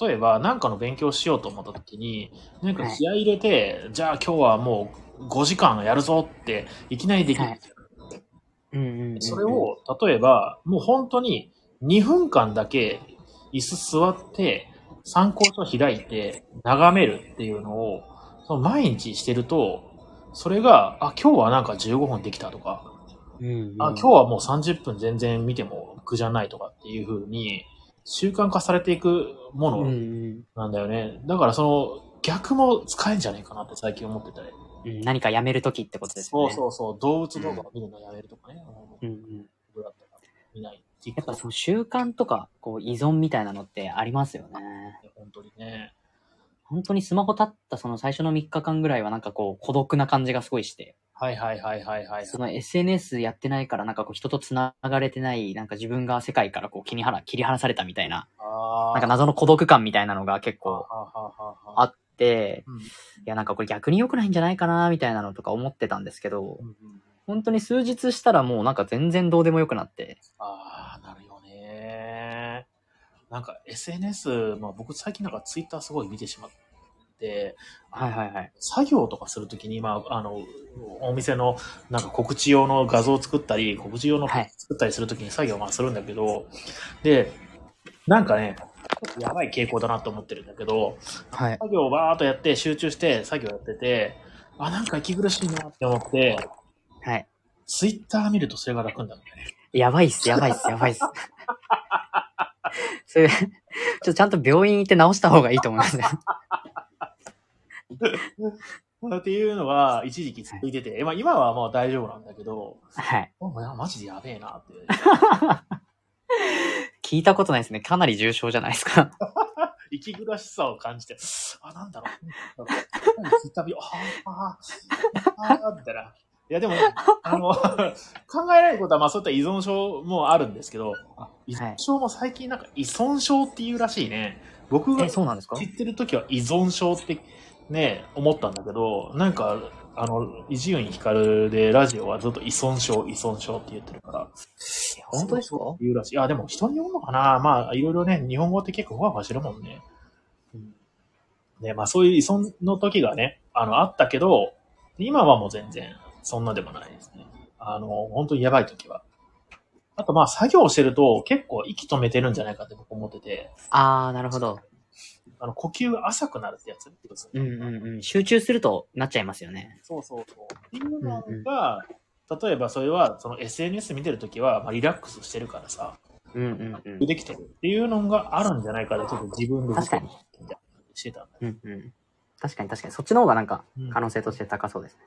例えば何かの勉強しようと思った時に、なんか気合い入れて、じゃあ今日はもう5時間やるぞって、いきなりできる。はいうんうんうんうんそれ、を、例えば、もう本当に2分間だけ椅子座って、参考書開いて眺めるっていうのを、その毎日してると、それが、あ、今日はなんか15分できたとか、うんうんあ今日はもう30分全然見ても苦じゃないとかっていう風に習慣化されていくもうんうのんなんだよね。だからその逆も使えんじゃないかなって最近思ってたり。うん、何かやめるときってことですそよね。うそうそう。動物動画を見るのやめるとかね。う、んうん、僕だったら見ない。やっぱ TikTok その習慣とかこう依存みたいなのってありますよね。ね本当にね。本当にスマホ立ったその最初の3日間ぐらいはなんかこう孤独な感じがすごいして、はいはいはいはいはい。その SNS やってないからなんかこう人と繋がれてない、なんか自分が世界からこう切り離切り離されたみたいな、あなあ。んか謎の孤独感みたいなのが結はあ構はあはあはああって、うんいやなんかこれ逆に良くないんじゃないかなみたいなのとか思ってたんですけどう、んうん本当に数日したらもうなんか全然どうでもよくなって、ああ、なるよね。なんか SNS、まあ僕最近なんか Twitter すごい見てしまって、はいはいはい。作業とかするときに、まあ、あの、お店のなんか告知用の画像を作ったり、告知用のはい作ったりするときに作業をまあするんだけど、で、なんかね、やばい傾向だなと思ってるんだけど、はい。作業をバーっとやって集中して作業やってて、あ、なんか息苦しいなって思って、はい。ツイッター見るとそれが楽になるんだよね。やばいっす、やばいっす、やばいっす。 それ、ちょっとちゃんと病院行って治した方がいいと思い ますね。っていうのが一時期続いてて、まあ今はもう大丈夫なんだけど、はい。お前マジでやべえなって。聞いたことないですね。かなり重症じゃないですか。息苦しさを感じて、あ、なんだろう。ツイッター見ようあー、あー、あー、みたいな。いや、でも、あの、 考えられることは、まあそういった依存症もあるんですけど、あ依存症も最近なんか依存症っていうらしいね。僕がえ、そうなんですか知ってる時は依存症ってね、思ったんだけど、なんか、あの、伊集院光でラジオはずっと依存症、依存症って言ってるから。本当ですか言うらしい。あ、でも人によるのかなまあ、いろいろね、日本語って結構ふわふわしてるもんね。うんね、まあそういう依存の時がね、あの、あったけど、今はもう全然、そんなでもないですね。あの、本当にやばい時は。あとまあ作業してると結構息止めてるんじゃないかって僕思ってて、あー、なるほど。あの呼吸が浅くなるってやつってことですようねんうんうん。集中するとなっちゃいますよね。そうそうそう。っていうのが、例えばそれはその SNS 見てるときは、まあ、リラックスしてるからさ、うんうんうん。できてるっていうのがあるんじゃないかで、ちょっと自分で確かに。してたんだよ。うんうん。確かに確かに。そっちの方がなんかうん可能性として高そうですね。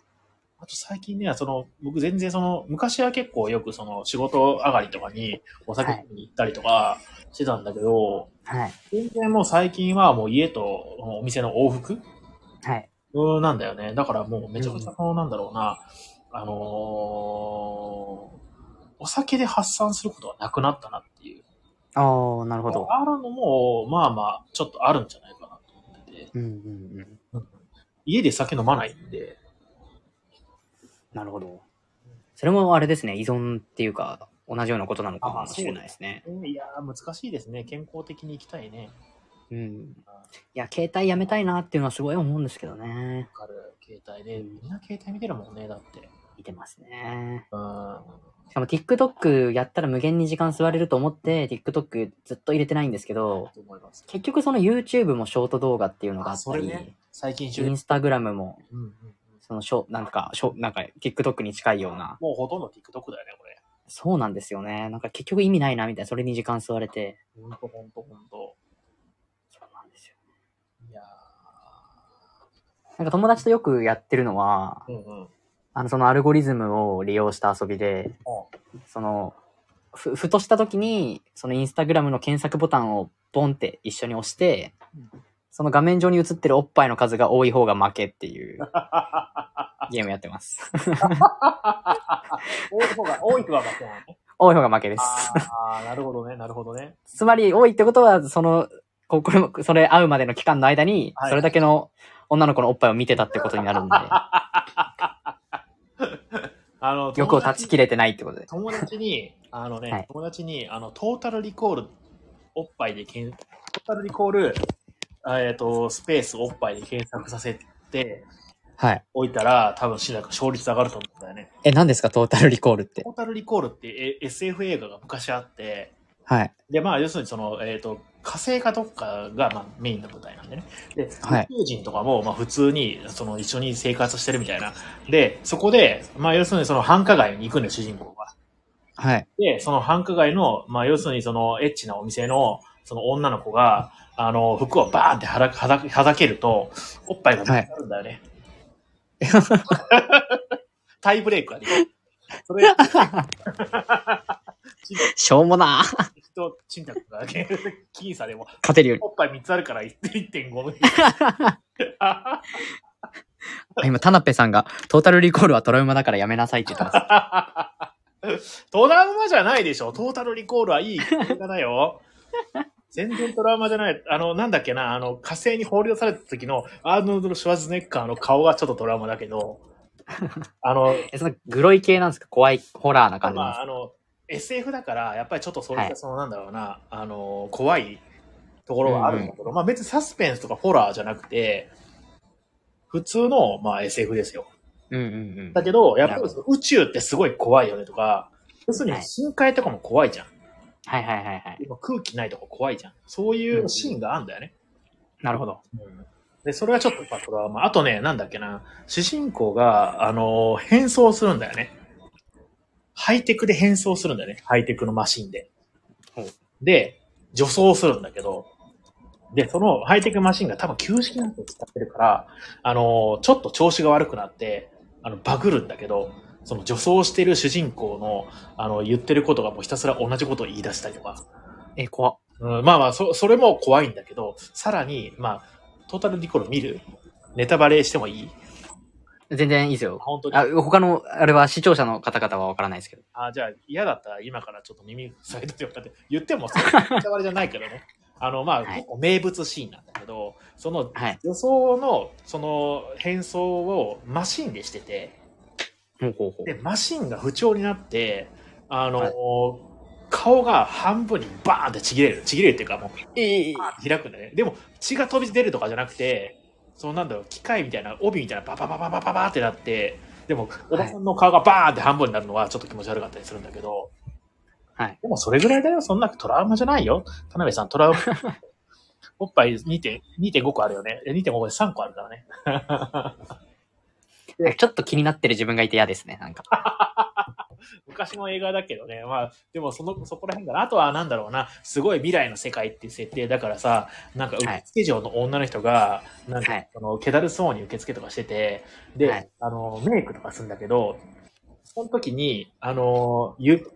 あと最近ね、その、僕全然その、昔は結構よくその、仕事上がりとかに、お酒飲みに行ったりとかしてたんだけど、はい。全然もう最近はもう家とお店の往復はい。うんなんだよね。だからもうめちゃくちゃ、このなんだろうな、あのーお酒で発散することはなくなったなっていう。あー、なるほど。あるのも、まあまあ、ちょっとあるんじゃないかなと思ってて。うんうんうん。家で酒飲まないんで、なるほど。それもあれですね、依存っていうか、同じようなことなのかもしれないですね。いやー、難しいですね。健康的に行きたいね。うん。いや、携帯やめたいなっていうのはすごい思うんですけどね。わかる。携帯で、みんな携帯見てるもんね、だって。見てますね。うん。しかも TikTok やったら無限に時間座れると思って、TikTok ずっと入れてないんですけど、と思います。結局その YouTube もショート動画っていうのがあ、あったそれり、ね。最近中、インスタグラムも、うんうんうんそのショ、なんか、ショ、なんか TikTok に近いような、もうほとんど TikTok だよね、これ。そうなんですよね。なんか結局意味ないなみたいな、それに時間座れて。ほんとほんとほんと。そうなんですよ。いやなんか友達とよくやってるのはー。、うんうん。あの、そのアルゴリズムを利用した遊びで、その、ふ、ふとした時に、そのインスタグラムの検索ボタンをボンって一緒に押してうん、その画面上に映ってるおっぱいの数が多い方が負けっていうゲームやってます。多い方が、多い方が負けないね。多い方が負けです。 ああ、なるほどね、なるほどね。つまり多いってことは、その、ここれも、それ会うまでの期間の間には、いそれだけの女の子のおっぱいを見てたってことになるん で、あの、欲を断ち切れてないってことで。友達に、あのね、はい友達に、あの、トータルリコール、おっぱいでけん、トータルリコール、あえっ、と、スペースおっぱいで検索させてはい。おいたら、多分しなんか勝率上がると思うんだよね。え、何ですかトータルリコールってト。ータルリコールってえ SF 映画が昔あって、はい。で、まあ、要するにその、えっ、と、火星かどっかが、まあ、メインの舞台なんでね。で、はい宇宙人とかも、まあ、普通に、その、一緒に生活してるみたいな。で、そこで、まあ、要するにその繁華街に行くんだよ、主人公が。はい。で、その繁華街の、まあ、要するにその、エッチなお店の、その女の子が、あの、服をバーンってはだはだはだけると、おっぱいがなくなるんだよね。 タイブレイクができる。それ、しょうもなー人、チンタクが、 僅差でも、勝てるより。おっぱい3つあるから1.5分。あ今、田辺さんが、トータルリコールはトラウマだからやめなさいって言ってます。トラウマじゃないでしょ。トータルリコールはいい映画だ よ。全然トラウマじゃない。あの、なんだっけな、あの、火星に放流された時のアーノルド・シュワルツェネッカーの顔がちょっとトラウマだけど、あ の、え、その、グロい系なんですか怖い、ホラーな感じまなんですあ、あの、SF だから、やっぱりちょっとそういっはた、いその、なんだろうな、あの、怖いところはあるんだけど、まあ別にサスペンスとかホラーじゃなくて、普通の、まあ SF ですよ。うんうんうん。だけど、やっぱりその宇宙ってすごい怖いよねとか、要するはにい深海とかも怖いじゃん。はいはいはいはい。今空気ないとこ怖いじゃん。そういうシーンがあるんだよね。なるほど。うんで、それはちょっとやっぱトラウマ。あとね、なんだっけな、主人公が、あのー変装するんだよね。ハイテクで変装するんだよね。ハイテクのマシンでほう。で、女装するんだけど、で、そのハイテクマシンが多分旧式なんて使ってるから、あのーちょっと調子が悪くなって、あの、バグるんだけど、その女装してる主人公の、あの、言ってることがもうひたすら同じことを言い出したりとか、え、怖っうん、まあまあそ、それも怖いんだけど、さらに、まあ、トータルリコール見るネタバレしてもいい全然いいですよ。本当にああ、他の、あれは視聴者の方々はわからないですけど。じゃあ嫌だったら今からちょっと耳塞いでてよかって言って も、そんなネタバレじゃないけどね。あの、まあ、はい結構名物シーンなんだけど、そのはい。予想の、その変装をマシンでしてて、ほうほうほうで、マシンが不調になって、あの、はい顔が半分にバーンってちぎれる。ちぎれるっていうか、もうええパーって開くんだね。でも血が飛び出るとかじゃなくて、そのなんだろう、機械みたいな、帯みたいな、バババババババってなって、でも、おばさんの顔がバーンって半分になるのはちょっと気持ち悪かったりするんだけど、はい。でもそれぐらいだよ。そんなトラウマじゃないよ。田辺さん、トラウマ。おっぱい2点2.5個あるよね。え2.5個で3個あるからね。なんかちょっと気になってる自分がいて嫌ですね、なんか。昔の映画だけどね。まあ、でもその、そこら辺から。あとはなんだろうな。すごい未来の世界っていう設定だからさ、なんか受付嬢の女の人が、なんはかい、その、気だるそうに受付とかしてて、で、はいあの、メイクとかするんだけど、その時に、あの、ゆ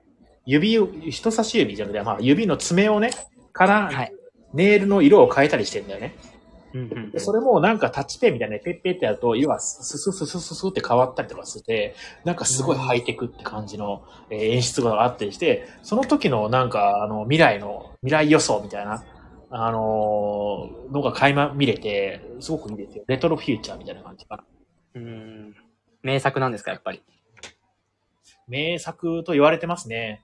指を、人差し指じゃなくて、まあ、指の爪をね、から、はい。ネイルの色を変えたりしてんだよね。うんうんでそれもなんかタッチペンみたいなねペッペってやると、要はススススススって変わったりとかして、なんかすごいハイテクって感じのえー演出があったりして、その時のなんかあの未来の、未来予想みたいな、あのーのが垣間見れて、すごくいいですよ。レトロフューチャーみたいな感じかな。うん。名作なんですか、やっぱり。名作と言われてますね。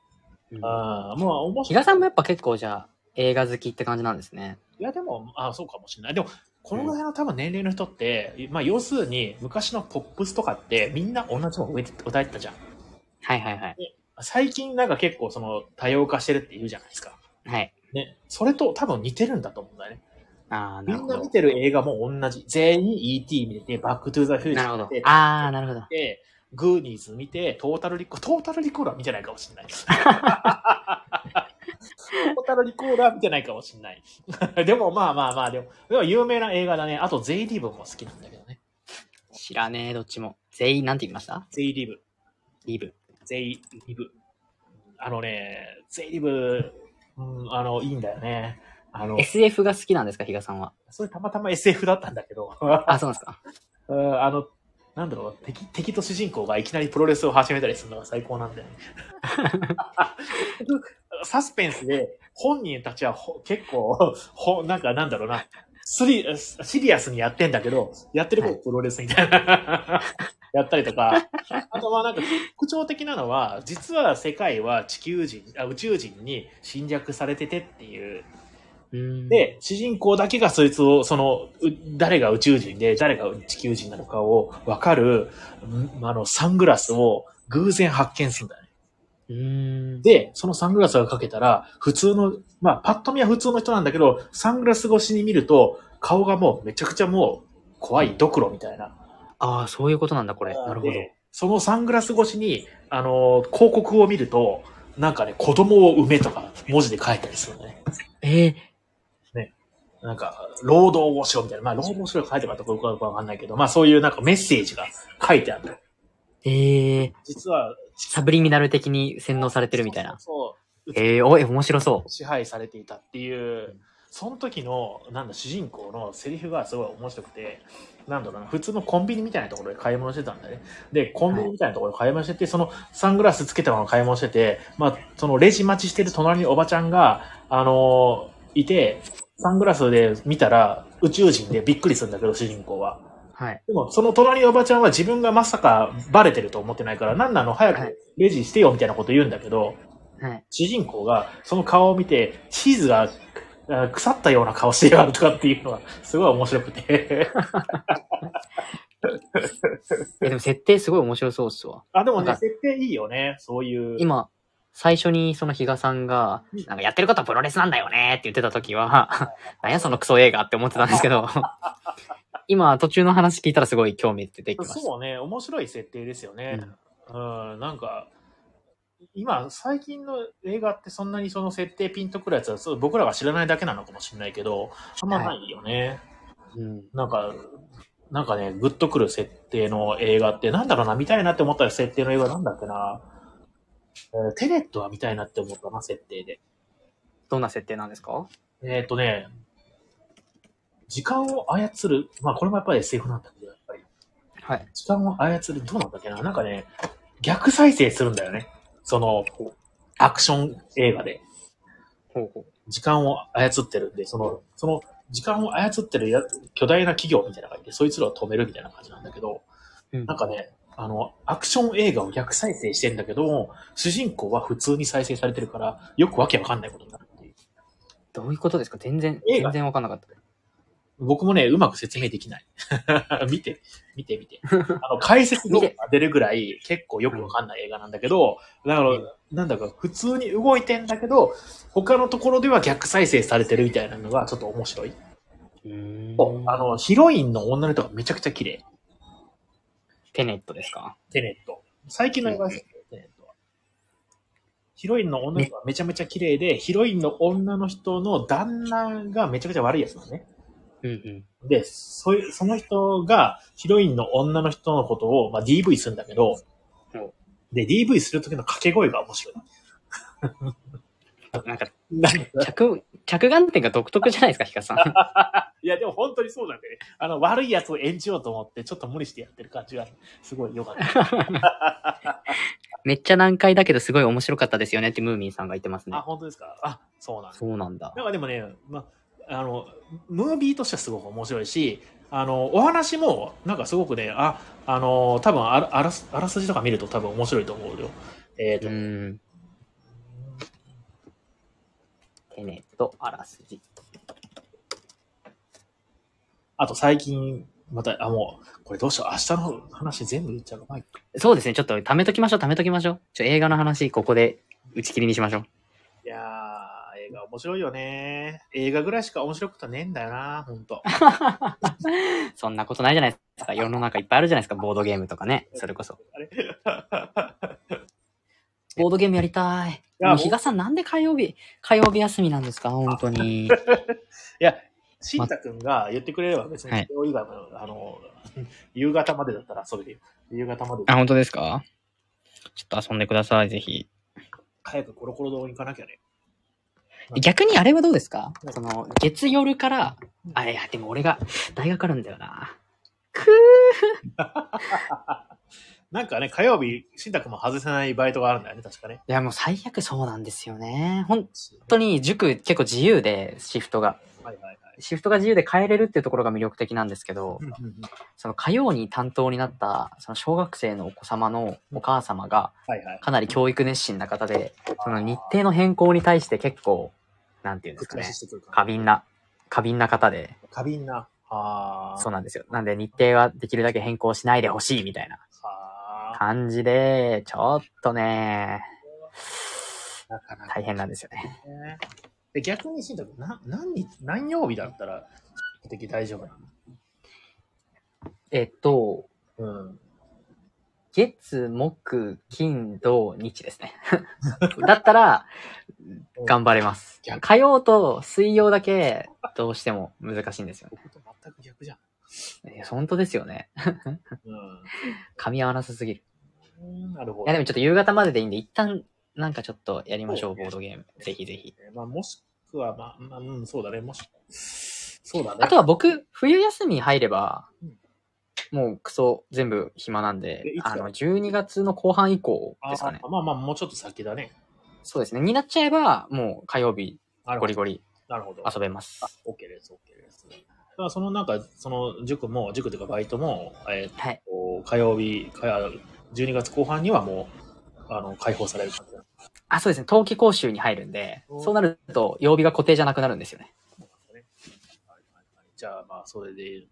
うんあーまあ、面比白い。嘉さんもやっぱ結構じゃあ、映画好きって感じなんですね。いや、でも、あそうかもしれない。でも、このぐらいの多分年齢の人って、まあ、要するに昔のポップスとかってみんな同じもの歌えてたじゃん。はいはいはい。最近なんか結構その多様化してるって言うじゃないですか。はい。ね。それと多分似てるんだと思うんだよね。ああ、なみるんほなど見。てる映画も同じ。全員 ET 見てて、バックトゥーザフューチなャるほー見どて。、ああ、なるほど。でグーニーズ見て、トータルリコートータルリコーラー見てないかもしれ ない。トータルリコーラー見てないかも しれない。でもまあまあまあ、でも、でも有名な映画だね。あと、ゼイリーブも好きなんだけどね。知らねえ、どっちも。全員、なんて言いましたゼイリーブ。リブ。ゼイリブ。あのね、ゼイリブ、うん、あの、いいんだよね。あの、 SF が好きなんですか、比嘉さんは。それたまたま SF だったんだけど、 あ、そうなんですか。うんあの、なんだろう敵、敵と主人公がいきなりプロレスを始めたりするのが最高なんだよね。サスペンスで、本人たちはほ結構 ほ、なんかなんだろうな、スリ、シリアスにやってんだけど、やってることプロレスみたいな、 やったりとか、あとはなんか特徴的なのは、実は世界は地球人、あ宇宙人に侵略されててっていううーん。で、主人公だけがそいつを、その、う誰が宇宙人で、誰が地球人なのかを分かる、んあの、サングラスを偶然発見するんだよね。うーん。で、そのサングラスがかけたら、普通の、まあ、パッと見は普通の人なんだけど、サングラス越しに見ると、顔がもうめちゃくちゃもう、怖いドクロみたいな。ああ、そういうことなんだ、これ。なるほど。で。そのサングラス越しに、あの、広告を見ると、なんかね、子供を産めとか、文字で書いたりするのね。ええなんか、労働をしようみたいな。まあ、労働しようが書いてあったかどうかわかんないけど、まあ、そういうなんかメッセージが書いてある。ええ実は、サブリミナル的に洗脳されてるみたいな。そうそうそうええおい、面白そ支配されていたっていう、その時の、なんだ、主人公のセリフがすごい面白くて、なんだろうな、普通のコンビニみたいなところで買い物してたんだね。で、コンビニみたいなところで買い物してて、そのサングラスつけたまま買い物してて、まあ、そのレジ待ちしてる隣におばちゃんが、あのーいて、サングラスで見たら宇宙人でびっくりするんだけど、主人公は。う。はい。でも、その隣のおばちゃんは自分がまさかバレてると思ってないから、なんなの早はいくレジしてよみたいなこと言うんだけど、はい。主人公がその顔を見て、チーズがあ腐ったような顔してやるとかっていうのは、 すごい面白くて。 え、でも設定すごい面白そうっすわ。あ、でもなねん、か設定いいよね。そういう。今、最初にその比嘉さんが、なんかやってることはプロレスなんだよねって言ってた時は、 なんやそのクソ映画って思ってたんですけど、 今途中の話聞いたらすごい興味出てきました。そうね、面白い設定ですよね。うんうん、なんか、今、最近の映画ってそんなにその設定ピンとくるやつは、そう僕らが知らないだけなのかもしれないけど、あんまないよね。うん。なんか、なんかね、グッとくる設定の映画って、なんだろうな、見たいなって思ったら設定の映画なんだっけな。えーテネットは見たいなって思ったな、設定で。どんな設定なんですかえっ、とね、時間を操る。まあ、これもやっぱり SF なんだけど、やっぱり。はい。時間を操る。どうなんだっけななんかね、逆再生するんだよね。その、アクション映画で。ほうほう。時間を操ってるんで、その、その、時間を操ってるや巨大な企業みたいなのがいて、そいつらを止めるみたいな感じなんだけど、うんなんかね、あの、アクション映画を逆再生してんだけど、主人公は普通に再生されてるから、よくわけわかんないことになるっていう。どういうことですか全然、映画全然わかんなかった。僕もね、うまく説明できない。 見て、見て、見 て。あの、解説動画が出るぐらい結構よくわかんない映画なんだけど、だから、なんだか普通に動いてんだけど、他のところでは逆再生されてるみたいなのがちょっと面白い。おあの、ヒロインの女の人がめちゃくちゃ綺麗。テネットですかテネット。最近の映画ですよ、テネットは。ヒロインの女の人がめちゃめちゃ綺麗で、ヒロインの女の人の旦那がめちゃくちゃ悪いやつなのね。うんうん。で、そういう、その人が、ヒロインの女の人のことを、まあ、DV するんだけどうん、で、DV する時の掛け声が面白い。なんか、なんか着、着眼点が独特じゃないですか、ヒカ さん。 いや、でも本当にそうなんでね。あの、悪いやつを演じようと思って、ちょっと無理してやってる感じが、すごい良かった。 めっちゃ難解だけどすごい面白かったですよねってムーミンさんが言ってますねあ、。本当ですかあ、そうなんだ。そうなんだ。なんかでもね、まあ、あの、ムービーとしてはすごく面白いし、あの、お話も、なんかすごくね、あ、あの、多分あら、あらす、あらすじとか見ると多分面白いと思うよ。えっ、うと、ーん。テネット、あらすじ。あと最近、また、あ、もう、これどうしよう。明日の話全部言っちゃうのまあいいかそうですね、ちょっと貯めときましょう、貯めときましょう。ちょ映画の話、ここで打ち切りにしましょう。いやー、映画面白いよね。映画ぐらいしか面白くとねえんだよな、ほん と。そんなことないじゃないですか。世の中いっぱいあるじゃないですか、ボードゲームとかね。それこそ。あれボードゲームやりたい。やもう日賀さんなんで火曜日、火曜日休みなんですか本当に。いや、しんたくんが言ってくれれば別に、はい今日以外も、あの、夕方までだったらそれでいいよ夕方まで あ、本当ですかちょっと遊んでください、ぜひ。早くコロコロ堂に行かなきゃね。逆にあれはどうですかうんその、月夜から、あ、いや、でも俺が大学あるんだよな。くなんかね、火曜日、しんたくんも外せないバイトがあるんだよね、確かね。ーいや、もう最悪そうなんですよね。本当に塾結構自由で、シフトが。はいはいシフトが自由で変えれるっていうところが魅力的なんですけど、はい。その火曜に担当になった、その小学生のお子様のお母様が、はいはい。かなり教育熱心な方で、その日程の変更に対して結構、なんていうんですか口出ねし、してくるか過敏な、過敏な方で、ら。過敏な。あー。そうなんですよ。なんで日程はできるだけ変更しないでほしいみたいなはー感じで、ちょっとね、なかなか大変なんですよね。ね。で逆にしんたくん、な何日、何曜日だったら、比較的大丈夫なえっと、のうん。月、木、金、土、日ですね。 だったら、頑張れます逆。火曜と水曜だけ、どうしても難しいんですよね僕と全く逆じゃん。。いや本当ですよね。噛み合わなさすぎる。うん。なるほいど。やでもちょっと夕方まででいいんで、一旦なんかちょっとやりましょそうう、ねボードゲーム。ぜひぜひ。まあ、もしくは、まあ、まあ、うん、そうだね。もし、そうだね。あとは僕、冬休み入ればうん、もうクソ全部暇なんでえい、つからあの、12月の後半以降あですかね。あまあまあ、もうちょっと先だね。そうですね。になっちゃえば、もう火曜日、なるほゴリど。ゴリなるほど。遊べます。オッケーです、オッケーです。だからそのなんか、その塾も、塾というかバイトも、えはい。ーと火曜日、火曜12月後半にはもう、あの、解放される感じだあ、そうですね。冬季講習に入るんで、おそうなると曜日が固定じゃなくなるんですよね。ね。はいはいはいじゃあ、まあ、それで、い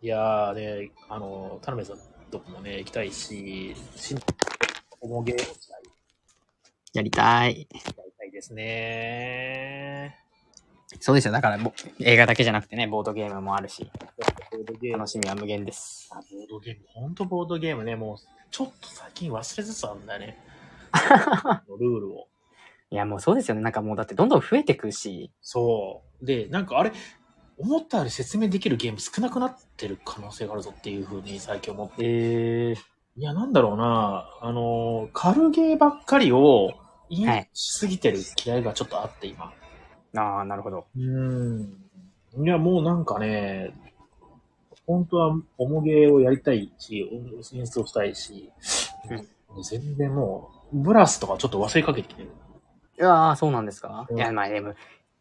やーね、あの、田辺さんとこもね、行きたいし、しん、おもげをしたいやりたい。やりたいですね。そうですよ。だから、ぼ映画だけじゃなくてね、ボードゲームもあるし、ボードゲーム楽、しみは無限です。あボードゲーム、ほんとボードゲームね、もう、ちょっと最近忘れつつあるんだよね。ルールを。いや、もうそうですよね。なんかもうだってどんどん増えてくし、そう。で、なんかあれ、思ったより説明できるゲーム少なくなってる可能性があるぞっていうふうに最近思って。ええいや、なんだろうな、あの、軽ゲーばっかりを、インはいしすぎてる嫌いがちょっとあって、今。ああ、なるほど。うん。いや、もうなんかね、本当は、おもげをやりたいし、演出をしたいし、もう全然もう、ブラスとかちょっと忘れかけてきてる。いやー、そうなんですか、うんいや、まあでも、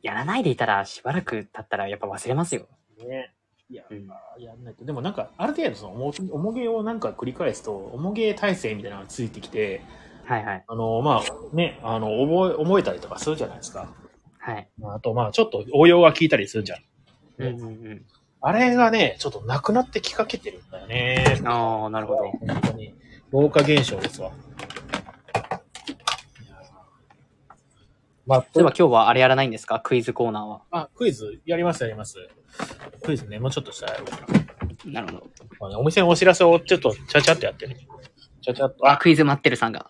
やらないでいたらしばらく経ったらやっぱ忘れますよ。ね。いや、うんやんないと。でもなんか、ある程度そのおも、おもげをなんか繰り返すと、おもげ体制みたいなのがついてきて、はいはい。あの、まあ、ね、あの、覚え、覚えたりとかするじゃないですか。はい。まああと、まあ、ちょっと応用が効いたりするじゃん。ううんんうんあれがね、ちょっとなくなってきかけてるんだよねう。ん。ああ、なるほど。本当に。老化現象ですわ。まあ、例えば今日はあれやらないんですかクイズコーナーは。あ、クイズやりますやります。クイズね、もうちょっとしたらやろうかな。なるほど。まあねお店のお知らせをちょっとちゃちゃっとやってね。ちゃちゃっと。あ、あ、クイズ待ってるさんが。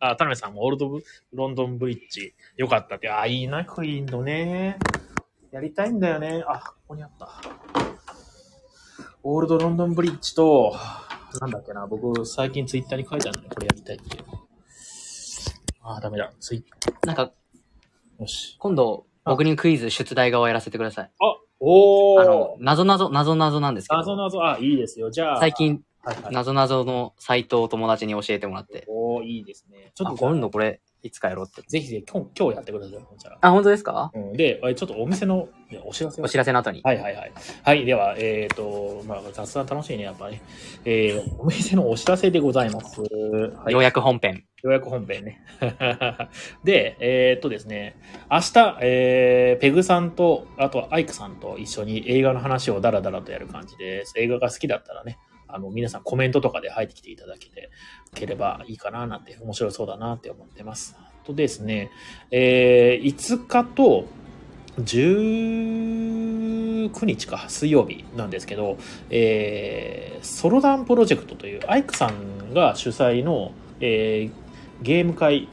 あ田辺さんもオールドブロンドンブリッジよかったって。あ、いいな、クイーンのね。やりたいんだよね。あ、ここにあった。オールドロンドンブリッジと、なんだっけな、僕最近ツイッターに書いてあるのね、これやりたいっていう。あー、ダメだ。ツイッなんか、よし。今度、僕にクイズ出題側をやらせてください。あ、おー。あの、なぞなぞ、なぞなぞなんですけ謎ど、謎あ、いいですよ。じゃあ、最、近、はいはい、なぞなぞのサイトを友達に教えてもらって、おー、いいですね。ちょあ、っと、今度これ、いつかやろうって。ぜひぜひ今日、今日やってください。ほんじゃらあ、本当ですかうん、で、あちょっとお店のねお知らせをお知らせの後に。はいはいはい。はい、では、えっ、と、まあ、雑談楽しいね、やっぱり。えー、お店のお知らせでございます。はい、よようやく本編。うやく本編ね。 で、えっ、とですね、明日、えー、ペグさんと、あとアイクさんと一緒に映画の話をダラダラとやる感じです。映画が好きだったらね、あの、皆さんコメントとかで入ってきていただけてければいいかななんて、面白そうだなって思ってます。あとですね、えー、5日と19日か、水曜日なんですけど、えー、ソロダンプロジェクトという、アイクさんが主催の、えーゲーム会し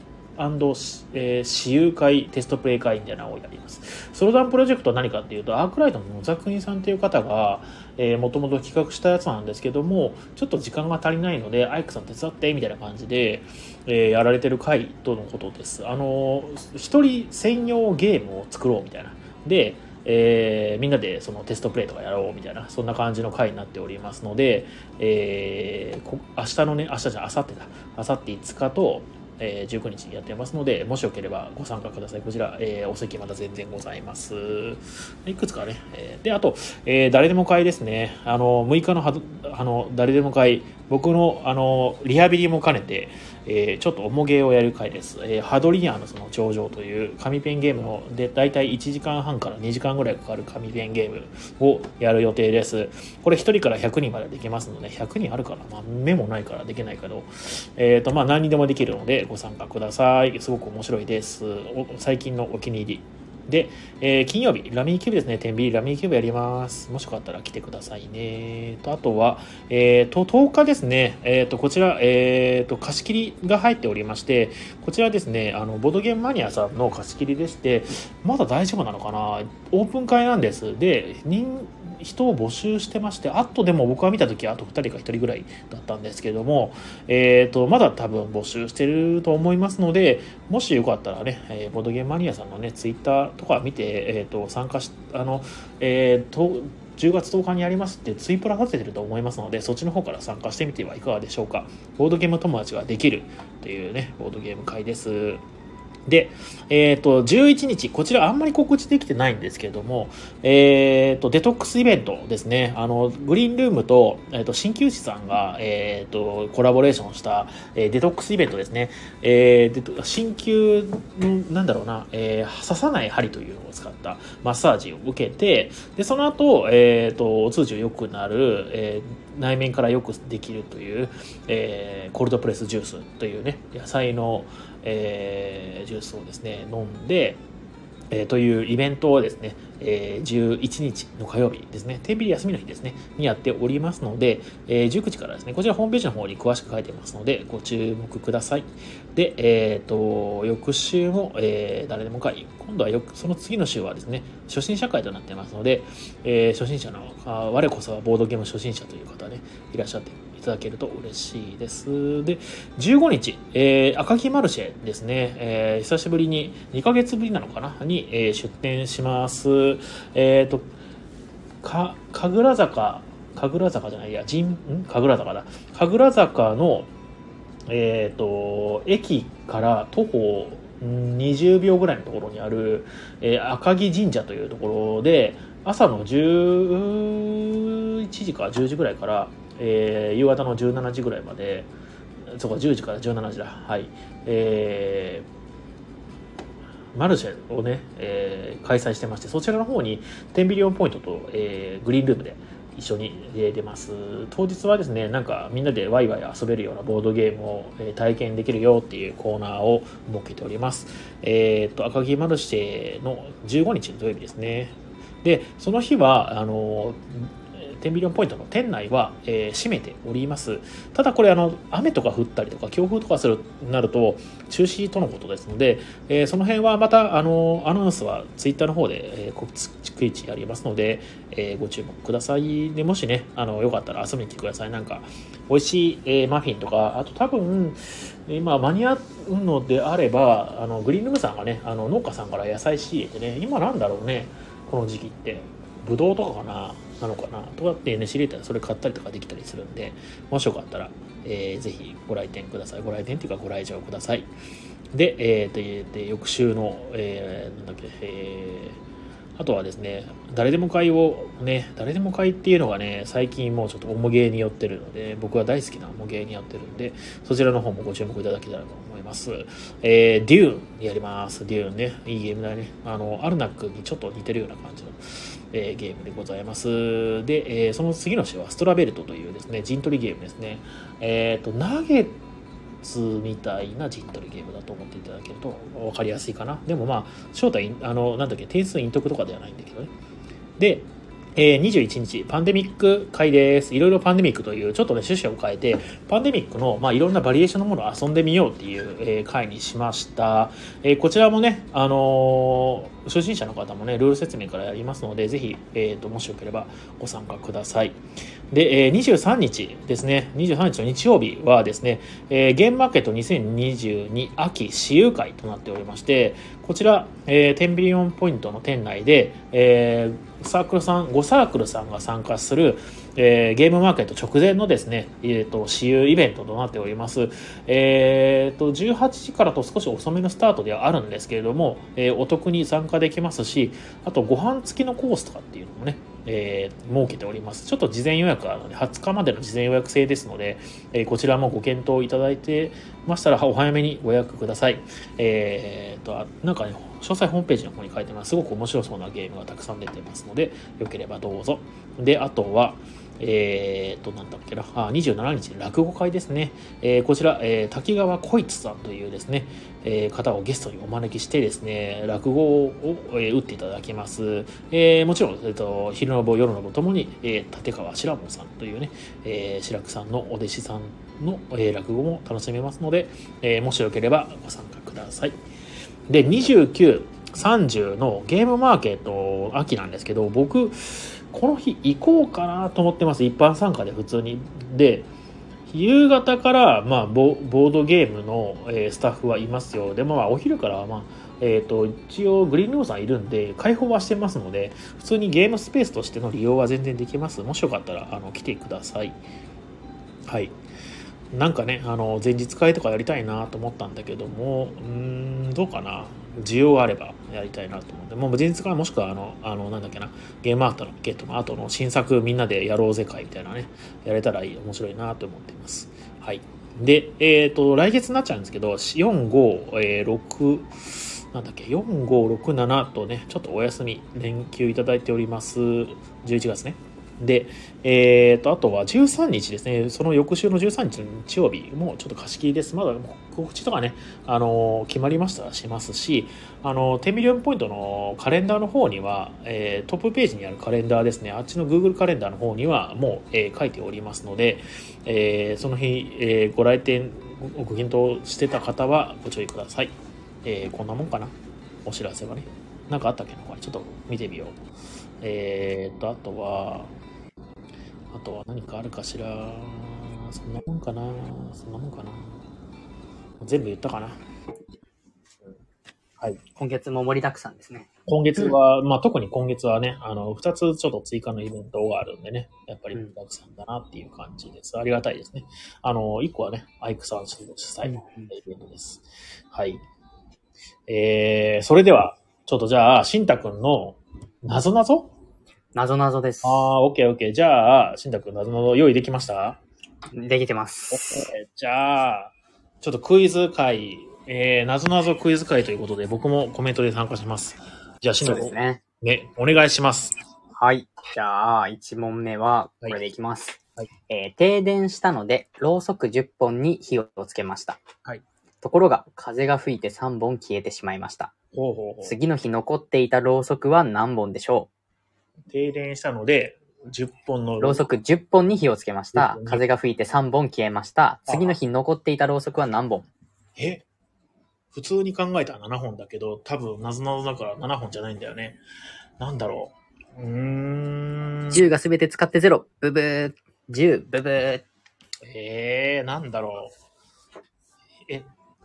えー私有会、テストプレイ会みたいなのをやります。ソロダンプロジェクトは何かっていうと、アークライトの野沢国さんという方が、えー、もともと企画したやつなんですけども、ちょっと時間が足りないので、アイクさん手伝って、みたいな感じで、えーやられてる回とのことです。あのー一人専用ゲームを作ろうみたいな。で、えーみんなでそのテストプレイとかやろうみたいな、そんな感じの回になっておりますので、えーこ明日のね、明日じゃない明後日だ。明後日5日と、えー19日にやってますので、もしよければご参加ください。こちら、えーお席まだ全然ございます。いくつかね。えーで、あと、えー誰でも会ですね。あの、6日のはどあの誰でも会、僕の、あの、リハビリも兼ねて、えーちょっと重げをやる回です。えーハドリアーのその頂上という紙ペンゲームので大体1時間半から2時間ぐらいかかる紙ペンゲームをやる予定です。これ1人から100人までできますので、100人あるかな、まあ、目もないからできないけど、えっ、と、まあ何にでもできるのでご参加ください。すごく面白いです。お最近のお気に入り。で、えー金曜日、ラミーキューブですね。天秤ラミーキューブやります。もしよかったら来てくださいね。と、あとは、えー、と、10日ですね、えー、と、こちら、えー、と、貸し切りが入っておりまして、こちらですね、あの、ボードゲームマニアさんの貸し切りでして、まだ大丈夫なのかなオープン会なんです。で、人、人を募集してまして、あとでも僕は見たとき、あと2人か1人ぐらいだったんですけども、えー、と、まだ多分募集してると思いますので、もしよかったらね、えーボードゲームマニアさんのね、ツイッターとか見て、えー、と、参加し、あの、えー、と、10月10日にやりますってツイプラ立ててると思いますので、そっちの方から参加してみてはいかがでしょうか。ボードゲーム友達ができるというね、ボードゲーム会です。で、えっ、と、11日、こちらあんまり告知できてないんですけれども、えっ、と、デトックスイベントですね。あの、グリーンルームと、えっ、と、鍼灸師さんが、えっ、と、コラボレーションした、えーデトックスイベントですね。えー、デト鍼灸の、なんだろうな、えー刺さない針というのを使ったマッサージを受けて、で、その後、えっ、と、お通じを良くなる、えー内面から良くできるという、えーコールドプレスジュースというね、野菜の、えージュースをですね、飲んで、えーというイベントをですね、えー11日の火曜日ですね、テレビ休みの日ですね、にやっておりますので、えー19時からですね、こちらホームページの方に詳しく書いてますので、ご注目ください。で、えっ、と、翌週も、えー誰でも会、今度はよく、その次の週はですね、初心者会となってますので、えー初心者の、あー我こそはボードゲーム初心者という方ね、いらっしゃっていただけると嬉しいです。で、15日、えー赤木マルシェですね、えー久しぶりに、2ヶ月ぶりなのかな、に、えー出店します。えっ、と、か、神楽坂、神楽坂じゃない、いや、神、ん神楽坂だ。神楽坂の、えっ、と、駅から徒歩ん20秒ぐらいのところにある、えー赤城神社というところで、朝の11時か10時ぐらいから、えー夕方の17時ぐらいまで、そこは10時から17時だ。はい。えーマルシェをね、えー開催してまして、そちらの方に10ビリオンポイントと、えーグリーンルームで一緒にえー出ます。当日はですね、なんかみんなでワイワイ遊べるようなボードゲームをえー体験できるよっていうコーナーを設けております。えっと、赤木マルシェの15日の土曜日ですね。で、その日は、あの、テンビリオンポイントの店内は、えー閉めております。ただこれ、あの、雨とか降ったりとか、強風とかする、なると、中止とのことですので、えーその辺はまた、あの、アナウンスはツイッターの方で、えー、告知逐一やりますので、えーご注目ください。で、もしね、あの、よかったら遊びに来てください。なんか、美味しい、えーマフィンとか、あと多分、今間に合うのであれば、あの、グリーンルームさんがね、あの、農家さんから野菜仕入れてね、今なんだろうね、この時期って。ブドウとかかななのかなとかってね、知りたらそれ買ったりとかできたりするんで、もしよかったら、えーぜひご来店ください。ご来店っていうかご来場ください。で、えーでで翌週の、えーなんだっけ、えーあとはですね、誰でも会をね、誰でも会っていうのがね、最近もうちょっとおもげに寄ってるので、僕は大好きなおもげに寄ってるんで、そちらの方もご注目いただけたらと思います。えーデューンやります。デューンね、いいゲームだね。あの、アルナックにちょっと似てるような感じの、えーゲームでございます。で、えーその次の週はストラベルトというですね、陣取りゲームですね。えっ、と、ナゲッツみたいな陣取りゲームだと思っていただけると分かりやすいかな。でもまあ、正体、あの、なんだっけ、点数陰徳とかではないんだけどね。で、えー21日、パンデミック会です。いろいろパンデミックという、ちょっとね、趣旨を変えて、パンデミックの、まあ、いろんなバリエーションのものを遊んでみようっていう、えー会にしました。えーこちらもね、あのー初心者の方もね、ルール説明からやりますので、ぜひ、えーと、もしよければご参加ください。で、えー23日ですね、23日の日曜日はですね、えーゲームマーケット2022秋私有会となっておりまして、こちら、えー、10ビリオンポイントの店内で、えーサークルさん、5サークルさんが参加する、えーゲームマーケット直前のですね、えー、と私有イベントとなっております。えー、と18時からと少し遅めのスタートではあるんですけれども、えーお得に参加できますしあとご飯付きのコースとかっていうのもね、えー設けておりますちょっと事前予約はあのね20日までの事前予約制ですので、えーこちらもご検討いただいてましたらお早めにご予約くださいえー、とあなんかね詳細ホームページの方に書いてますすごく面白そうなゲームがたくさん出てますのでよければどうぞであとはえー、と、なんだっけな、あ27日、落語会ですね。えーこちら、えー滝川こいつさんというですね、えー方をゲストにお招きしてですね、落語を、えー打っていただきます。えーもちろん、えーと、昼の部、夜の部ともに、えー立川志らくさんというね、えー、志らくさんのお弟子さんの、えー落語も楽しめますので、えーもしよければご参加ください。で、29、30のゲームマーケット秋なんですけど、僕、この日行こうかなと思ってます。一般参加で普通に。で、夕方から、まあ、ボボードゲームの、えースタッフはいますよ。でも、まあ、お昼からは、まあ、えっ、と、一応、グリーンルームさんいるんで、開放はしてますので、普通にゲームスペースとしての利用は全然できます。もしよかったら、あの、来てください。はい。なんかね、あの、前日会とかやりたいなと思ったんだけども、うーん、どうかな。需要があればやりたいなと思って、もう前日会もしくはあの、あの、なんだっけな、ゲームアートのゲットの後の新作みんなでやろうぜ会みたいなね、やれたらいい、面白いなと思っています。はい。で、えっ、と、来月になっちゃうんですけど、4、5、えー6、なんだっけ、4、5、6、7とね、ちょっとお休み、連休いただいております。11月ね。で、えー、と、あとは13日ですね、その翌週の13日の日曜日もちょっと貸し切りです。まだ告知とかね、あのー決まりましたらしますし、あのー、10ミリオンポイントのカレンダーの方には、えートップページにあるカレンダーですね、あっちの Google カレンダーの方にはもう、えー書いておりますので、えーその日、えーご来店、ごご検討してた方はご注意ください。えーこんなもんかな、お知らせはね。なんかあったっけな、これちょっと見てみよう。えー、と、あとは、あとは何かあるかしら。そんなもんかな。そんなもんかな。全部言ったかな。はい。今月も盛りだくさんですね。今月は、まあ特に今月はね、あの、二つちょっと追加のイベントがあるんでね、やっぱりうんたくさんだなっていう感じです。ありがたいですね。あの、一個はね、アイクさん主催のイベントです。はい。えー、それでは、ちょっとじゃあ、しんたくんの、なぞなぞなぞなぞですあ。あ、オッケーオッケー。じゃあ、しんたくんなぞなぞ用意できましたできてます。えーじゃあ、ちょっとクイズ会えー、なぞなぞクイズ会ということで、僕もコメントで参加します。じゃあ、しそのうでぶす、ね。ね、お願いします。はい。じゃあ、1問目は、これでいきます。はいえー停電したので、ろうそく10本に火をつけました。はいところが、風が吹いて3本消えてしまいました。ほうほうほう。次の日残っていたろうそくは何本でしょ停電したので、10本のうろうそく10本に火をつけました10本。ね風が吹いて3本消えました。次の日残っていたろうそくは何本え普通に考えたら7本だけど、多分、なぞなぞだから7本じゃないんだよね。なんだろう。うーん。 ?10 がすべて使って0。ブブー。10、ブブー。えー、なんだろう。え、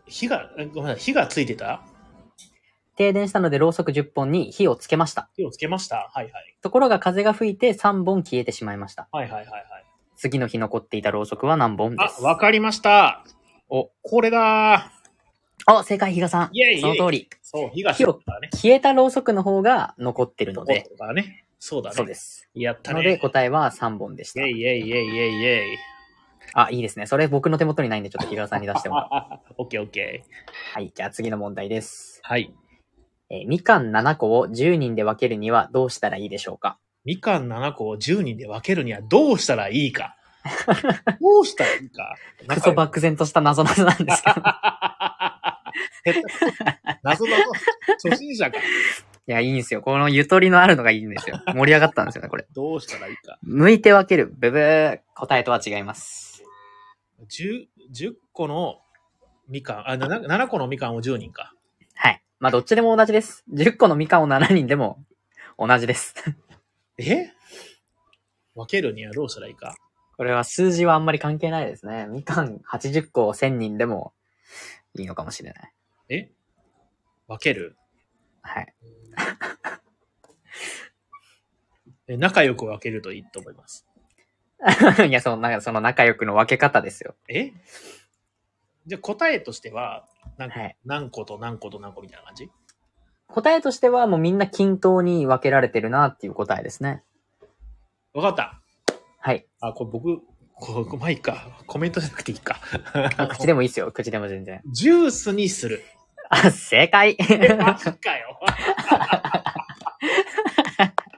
火が、えごめんなさい、火がついてた停電したのでろうそく10本に火をつけました。火をつけましたはいはい。ところが風が吹いて3本消えてしまいました。はいはいはいはい。次の日残っていたろうそくは何本であ、すわかりましたお、これだーあ、正解、ヒガさん。イェイイそェのイ通り。そう、火がついてたからね。消えたろうそくの方が残ってるの残っで、てたからね。そうだね。そうです。やったなね。ので、答えは3本でしイたェ。イイェイイェイイェイイェイ。あ、いいですね。それ僕の手元にないんで、ちょっとヒガさんに出して もらう。オッケーオッケー。はい、じゃあ次の問題です。はい。えーみかん7個を10人で分けるにはどうしたらいいでしょうかみかん7個を10人で分けるにはどうしたらいい か。どうしたらいいか。クソ漠然とした謎々なんです けど。い謎の初心者がや、いいんですよ。このゆとりのあるのがいいんですよ。盛り上がったんですよね、これ。どうしたらいいか。 向いて分ける。ブブー。答えとは違います。 10, 10個のみかん、あ7、7個のみかんを10人か。はい。まあ、どっちでも同じです。10個のみかんを7人でも同じです。え分けるにはどうしたらいいか。 これは数字はあんまり関係ないですね。みかん80個を1000人でもいいのかもしれない。え分けるはい。え仲良く分けるといいと思います。 いや、その、なんかその仲良くの分け方ですよ。えじゃあ答えとしては、なんかはい何個と何個と何個みたいな感じ答えとしてはもうみんな均等に分けられてるなっていう答えですね。わかった。はい。あ、これ僕、こう、まあいいか。コメントじゃなくていいか。あ口でもいいですよ。口でも全然。 ジュースにする。あ、正解えマジかよ。